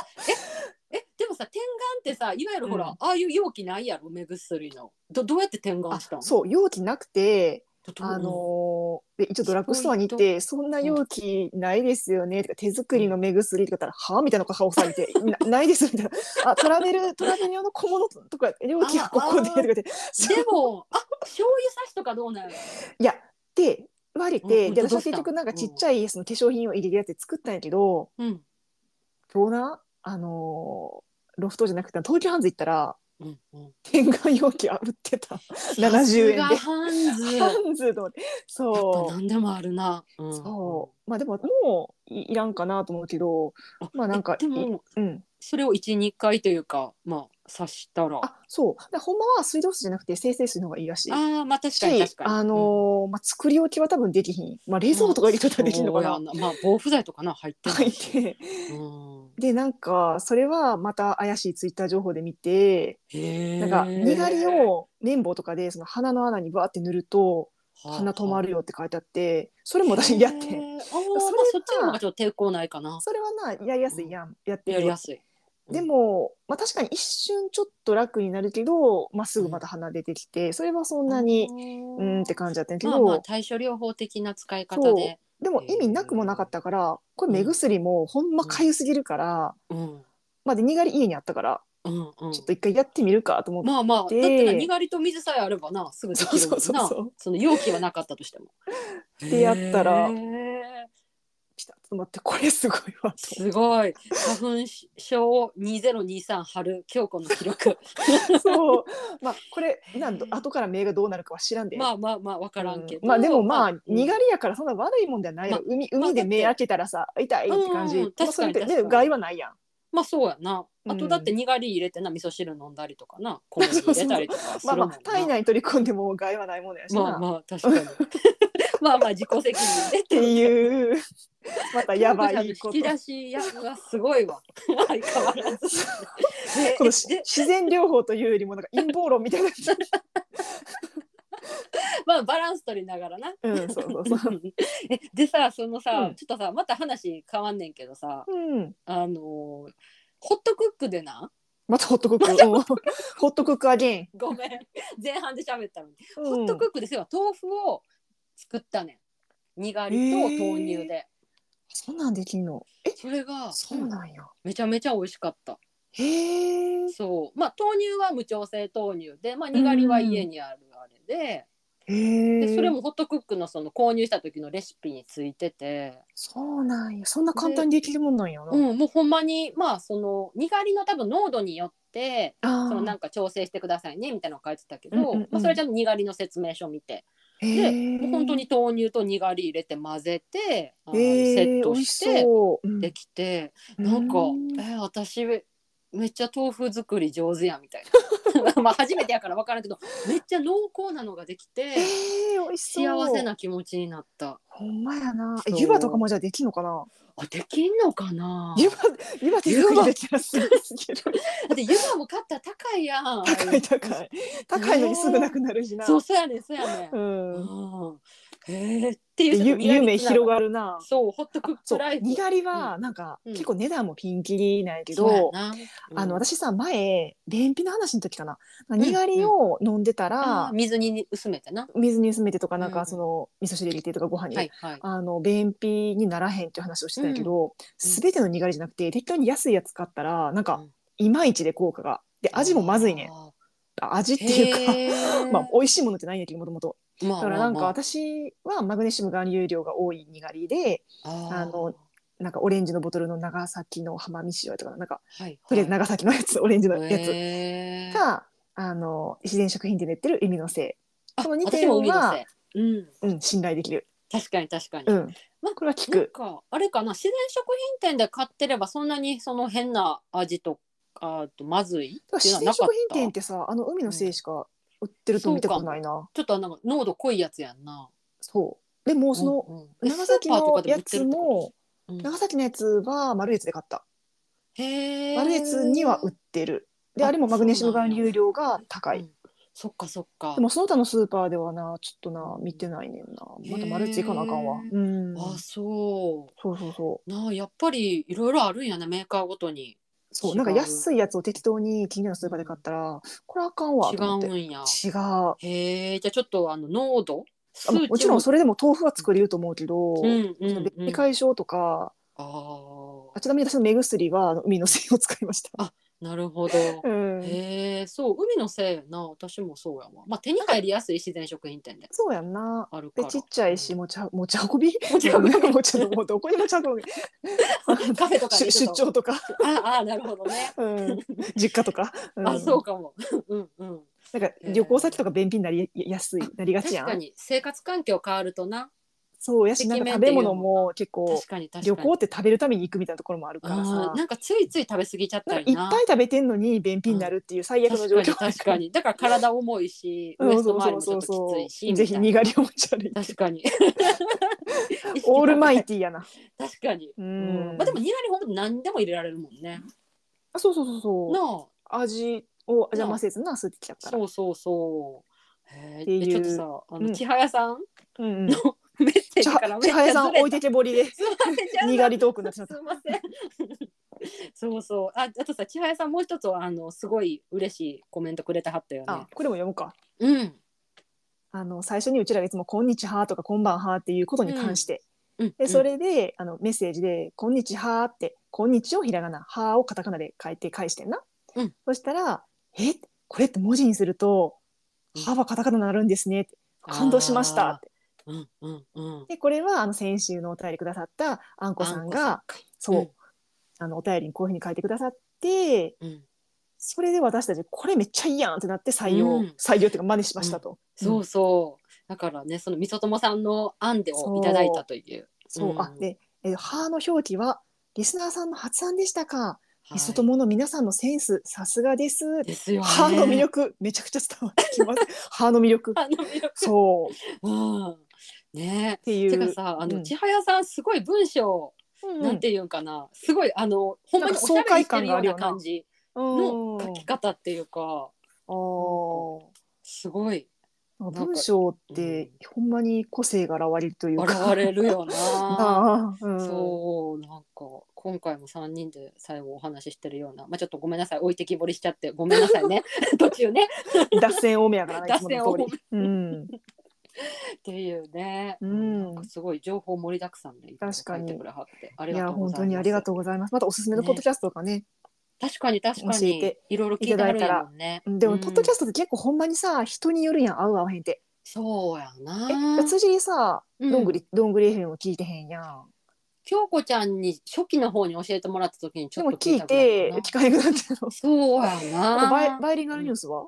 ええでもさ点眼ってさいわゆるほら、うんああいう容器ないやろ目薬のどどうやって点眼あしたのそう容器なくてど あのーで一応ドラッグストアに行っスポて「そんな容器ないですよね」とか「手作りの目薬」とか言ったら「はあ?」みたいな顔をされて「 なないです」みたいな「あトラベルトラベル用の小物とか容器がここで」とか言ってそうでもあ醤油差しとかどうなんやろいやで割れて、うんでどう私したは結局なんかちっちゃいその化粧品を入れるやつで作ったんやけど、うんどうなあのーロフトじゃなくて東急ハンズ行ったらうんうん天眼容器あ売ってた70さす円でがハン ズやっハンズと思ってそうぱ。何でもあるな、うんそうまあでももういいらんかなと思うけどまあなんかえでもうんそれを12回というかまあ刺したらああそうだからほんまは水道水じゃなくて生成水の方がいいらしいあーまあ確かにし確かにあのーまあ、作り置きは多分できひん、まあ、冷蔵庫とか入れといたらできんのかなそうやまあ防腐剤とかな入ってな入いっし、てうん、でなんかそれはまた怪しいツイッター情報で見てへなーんかにがりを綿棒とかでその鼻の穴にバーって塗ると鼻止まるるよって書いてあってそれも私やってあーんまあそっちの方がちょっと抵抗ないかな。それはなやりやすいやんやってやるりやすい。うんでも、まあ、確かに一瞬ちょっと楽になるけど、まあ、すぐまた鼻出てきて、それはそんなに、ううんって感じだったんやけど、まあまあ対処療法的な使い方で。でも意味なくもなかったから、これ目薬もほんまかゆすぎるから、うんまあでにがり家にあったから、うんうんちょっと一回やってみるかと思って、まあまあだっでてなにがりと水さえあればなすぐでそうきるそもんうそうなそうその容器はなかったとしても。でや ったらへーピタッと待ってこれすごい わとすごい花粉症2023春京子の記録そうまあこれなんど後から目がどうなるかは知 らんで、まあまあまあわからんけど、まあでもまあ、うんにがりやからそんな悪いもんではないよ、ま海まあ海で目開けたらさ痛いって感じ、うんうんまあそれって確かに確かでに害はないやんまあそうやな。あとだってうにがり入れてな味噌汁飲んだりとか な米に入れたりとかすまあるまもあんな。体内に取り込んでも害はないものやしな、まあまあ確かに。 まあまあ自己責任でっってて。いう またやばい引ことき出し役がすごい わ。相変わらず。でこのしで自然療法というよりもなんか陰謀論みたいな、まあバランス取りながら な。 うん、そうそうそう、えでさそのさ、うんちょっとさまた話変わんねんけどさうん、あのーホットクックでなまたホットクック、うんホットクックアゲイン、ご めん前半で喋ったのに、うホんットクックですよ豆腐を作ったねんにがりと豆乳で、そんなんできんのえそれがそうなんやめちゃめちゃ美味しかったへえそうまあ豆乳は無調整豆乳でまあにがりは家にあるあれで、へでえそれもホットクックのその購入した時のレシピについてて、そうなんやそんな簡単にできるもんなんやな、うん、もうほんまにまあそのにがりの多分濃度によってあそのなーんか調整してくださいねみたいなの書いてたけど、うんうんうんまあ、それじゃにがりの説明書を見てへでーもう本当に豆乳とにがり入れて混ぜてあのへーセット美味してそううんできて、なんか、うんえー私めっちゃ豆腐作り上手やみたいな まあ初めてやから分からんけどめっちゃ濃厚なのができてえー、美味しそう幸せな気持ちになったほんまやなえそう湯葉とかもじゃあできんのかなあできんのかな湯葉湯葉手作りできたらすごいすぎるだって湯葉も買ったら高いやん高い高い高いのにすぐなくなるしなそうそうやねんそうやねんうんうんへえっていうゆ夢広ががるなそうホットクックそうライフにがりはなんかうん結構値段もピンキリなんやけそうやどなあのうん私さ前便秘の話の時かなんにがりを飲んでたあらー水に薄めてな水に薄めてとかなんうかんその味噌汁入れてとかご飯にはいはいあの便秘にならへんっていう話をしてたんやけど、すべてのにがりじゃなくて適当に安いやつ買ったらなんうかんいまいちで効果がで味もまずいねんあ味っーていうか、へー まあ、美味しいものってないんやけどもともとまあだからまなあんまかあ私はマグネシウム含有量が多いにがりでああのなんかオレンジのボトルの長崎の浜見塩とかなんかはいとりあえず長崎のやつオ レンジのやつやが、あの自然食品店で売ってる海のせあこの二私点はも海のせいうんい、うん、信頼できる、確かに確かに、うんまあこれは効なんくかあれかな自然食品店で買ってればそんなにその変な味とかあとまずいっていうの自はな然かっ食品た店ってさあの海のせいしか売ってると見たことないな、ちょっとなんか濃度濃いやつやんなそうでもその、うんうんえ長崎スーパーとのかで売やってつるってこもとうん長崎のやつはマルエツで買ったへえマルエツには売ってるでああれもマグネシウムそうなん含や有量が高ういんそっかそっかでもその他のスーパーではなちょっとな見てないねんなまたマルエツ行かなあかんわへーうんあそうそうそうそうなあやっぱりいろいろあるんやねメーカーごとにそ違ううなんか安いやつを適当に近所のスーパーで買ったらこれあかんわ違と思って違うんやうへえじゃあちょっとあの濃度数あももちろんそれでも豆腐は作れると思うけど、うんうんそのう別んに解消とかあーあちなみに私の目薬はあの海の精を使いました。なるほど。うん、へえ、そう、海のせいやな、私もそうやわ。まあ、手に入りやすい自然食品店でそうやんな。あるかでら。ちっちゃいし持ちは持ち運び持ち運び 持ち運びもうどこに持ち運びうん。 カフェとか出に出張とか、ああ、なるほどね。うん、実家とか、んあ、そうかも。 うんうん。なんか旅行先とか便秘になりやすいなりがち確やかんに生活環境変わるとな。そうやしなんか食べ物も結構確かに確か旅に。行って食べるために行くみたいなところもあるからあさーなんかついつい食べ過ぎちゃっなたんりかいっぱな。い食べてんのに便秘になるっていう最悪の確状かに況確かに。だから体重いし、うんウエストそう周りそうもちそょっうときついそし。うぜひにがりを持ち歩い みてたいな確か に。オールマイテティーやなィ。確かに。ううんん。まあでもにがりほんと何でも入れられるもんね。あそうそうそうそうなあ。味を邪魔せずな吸ってきちゃったらそうそうそう。へってえいうちょっとさ、あうんの千早さんうんうんのメッセージちからめはっちちはやさんゃずれ置いた。てけ ぼりですいません千早さんにがりトークになってしまったすみません。 そうそう。あ、あとさ、千早さんもう一つあのすごい嬉しいコメントくれてはったよねあ。これも読むかうん。あの最初にうちらがいつも「こんにちは」とか「こんばんは」っていうことに関して、うん。でそれであのメッセージで「こんにちは」って「こんにち」をひらがな「は」をカタカナで書いて返してんな、うんそしたら「えこれって文字にするとうん「は」はカタカナになるんですねって感動しましたってうん。うんうんうん。でこれはあの先週のお便りくださったあんこさんがそう、うんあのお便りにこういうふうに書いてくださってうん。それで私たちこれめっちゃいいやんってなって採用、うん採用っていうか真似しましたと、そうそう。だからね、そのみそともさんの案でをいただいたという。そう、うんあで、えー、はーの表記はリスナーさんの発案でしたか。はいみそともの皆さんのセンスさすがです。ですよね。はーの魅力めちゃくちゃ伝わってきます。 はーの魅力。歯の魅力。そううっん。ねえ。ていてう。かさあの、うん千早さんすごい文章、うんなんていうんかなすごいあのほんまにおしゃれにしてるような感じうんの書き方っていうかあーすごいなんか文章ってほんまに個性が現れるという現か。れるよな。ああ、うん、そうなんか今回も3人で最後お話ししてるような、まあ、ちょっとごめんなさい置いてきぼりしちゃってごめんなさい ね途中ね脱線多めやからな、い脱つ線もをの通り。うん、っていうね、うんなんかすごい情報盛りだくさんでいっぱい確かに書いてくれはってありいがや、とうござい本ます当にありがとうございます。またおすすめのポッドキャストとかね、確かに確か教えにていろいろ聞いてはるやもんねでも、ポッドキャスストって結構ほんまにさ人によるやん合う合わへんってそうやなえ通じにさ、うんどんぐりどんぐり FM を聞いてへんやん京子ちゃんに初期の方に教えてもらった時にちでょっもと聞いたくなったなて聞かれなくなってる のそうやバイなバイリンガルニュースは、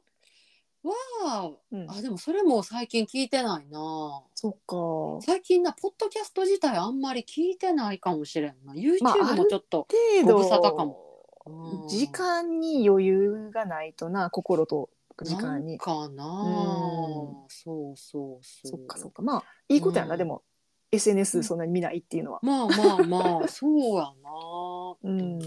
あうんあでもそれも最近聞いてないなそっか最近なポッドキャスト自体あんまり聞いてないかもしれんなまあ YouTube もちょっと、程ご無沙汰度かうん時間に余裕がないとな心と時間なんにかなうそうそうそうそっかそっかまあいいことやな、うんでも SNS そんなに見ないっていうのは、まあまあ まあそうやなうんっ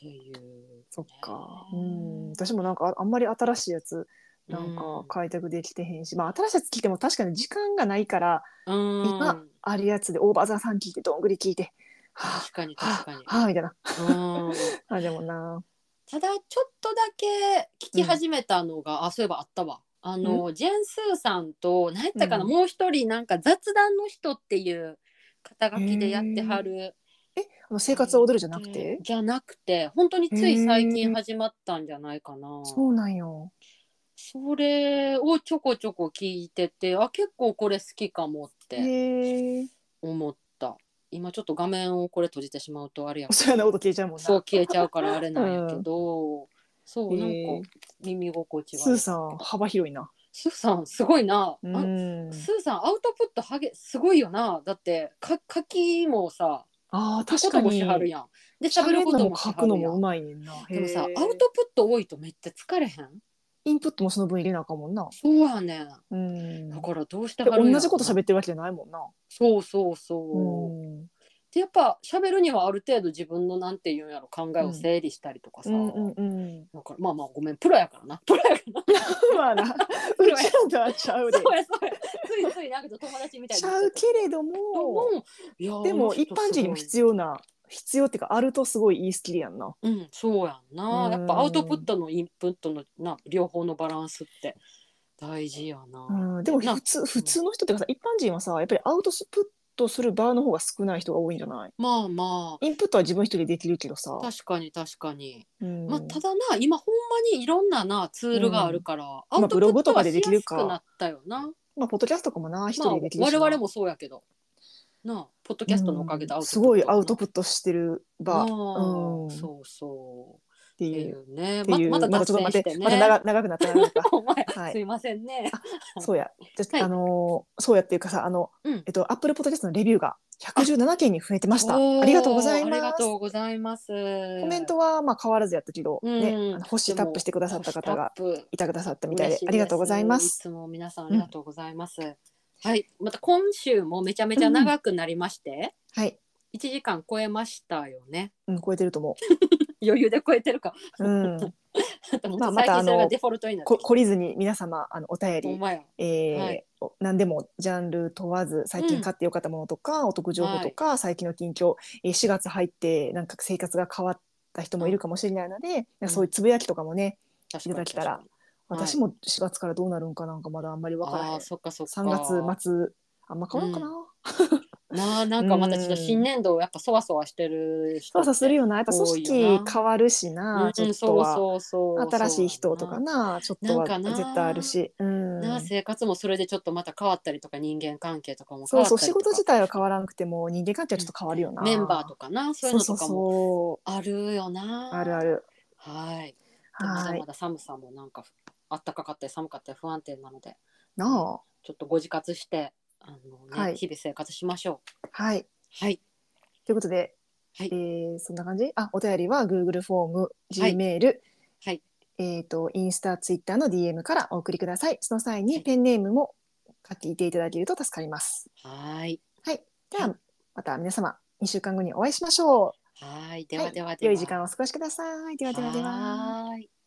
ていうそっかうん私もなんかああんまり新しいやつなんうかん開拓できてへんし、まあ新しいやつ聞いても確かに時間がないからうん今あるやつでオーバーザさん聞いてどんぐり聞いては確かにあ確はかにあはあみたいなうんあでもなただちょっとだけ聞き始めたのが、あそういえばあったわあのジェン・スーさんと何やったかな、うんもう一人なんか雑談の人っていう肩書きでやってはるあの生活を踊るじゃなくて、じゃなくて本当につい最近始まったんじゃないかな、そうなんよそれをちょこちょこ聞いててあ結構これ好きかもってへえ思った、今ちょっと画面をこれ閉じてしまうとあれやそうやな音消えちゃうもんなそう消えちゃうからあれなんやけど、そうなんか耳心地はスーさん幅広いなスーさんすごいな、あうんスーさんアウトプットはげすごいよなだってか書きもさあー確ことかもにしはるやんで喋喋るるここととももし書はくのるやもうんまいねんなでもさへーアウトプット多いとめっちゃ疲れへんインプットもその分入れなあかんもんなそうやねんうんだからどうしてではるんやろ同じこと喋ってるわけじゃないもんなそうそうそう、うんでやっぱ喋るにはある程度自分のなんていうんやろ考えを整理したりとかさ、うんうんうんだからまあまあごめんプロやからな プロやからなまあ な、うちらとはちゃうでそ。うやそうやついついなんか友達みたいちになゃっうけれどども、もいやでも一般人に要も必要な、必要っていうか、あるとすごいいいスキルやんな。うんそうやんな、うんやっぱアウトプットのインプットのな両方のバランスって大事やな、うん、でもな普通、普通の人っていうかさ、一般人はさ、やっぱりアウトプットする場の方が少ない人が多いんじゃないまあまインプットは自分一人でできるけどさあ。確かに確かに、うんまあただな今ほんまにいろんななツールがあるから、アあウトブプログットとかはでしできやるすくかなったよな、まあ、ポッドキャストとかもな、一人でできるまあ、しな。我々もそうやけどなあポッドキャストのおかげでアウトすごいアウトップットしてるト場なっあうんあそうそうてってい。いううねっていうまままただちょ脱っと線待しってて、ね、まだ 長長くなったな。お前、はいすいませんねそうや。じゃあ、はいあのーそうやっていうかさ、あの、うんえっと、アップルポッドキャストのレビューが117件に増えてました。おーありがとうございあまりがす。とうございます。ココメントはまあ変わらずやったけど、うんね、あの星タップしてくださった方がいたくださったみたいで、ありがとうございまいす。つも皆さんありがとうございます。はい、また今週もめちゃめちゃ長くなりまして、はい、一時間超えましたよね。うん、超えてると思余裕で超えてるか。 う。うん、まあま最た近あのそれがデフォルトになって こきた。懲りずに皆様、あのお便ほんり、まや。えーはいお何でもジャンル問わず、最近買ってよかったものとか、お得情報とか、最近の近況、えー、4月入ってなんか生活が変わった人もいるかもしれないので、なんかそういうつぶやきとかもね、確かにいただけたら。はい私も4月からどうなるんかなんかまだあんまりわ確かからにへあんあ、。そっかそっか。 3月末あんま変わるかな、なあ、なんかまたちょっと新年度やっぱそわそわしてる人そっうて。さするよなやっぱ組多いよ織な変わるしな、うんちょっとは、そうそうそう新しい人とかなちょっとはなんかな絶対あるし、うん、な生活もそれでちょっとまた変わったりとか人間関係とかも変そうわったそうりとか仕事自体は変わらなくても人間関係はちょっと変わるよな、メンバーとかなそういうそうのとそうかもそあるよなうあるあるはいでまだはいまだ寒さもなんかあったかかったり寒かったり不安定なのでなちょっとご自活してあの、ねはい日々生活しましょあはいうはいということで、はいえーそんな感じあお便りは Google フォームはい Gmail、はいえー、とインスタ、ツイッターの DM からお送りください。その際にペンネームも書いていただけると助かります。はいはい、でははまた皆様2週間後にお会いしましょう。はいではではでは、良い時間をお過ごしください。ではではでは。はーい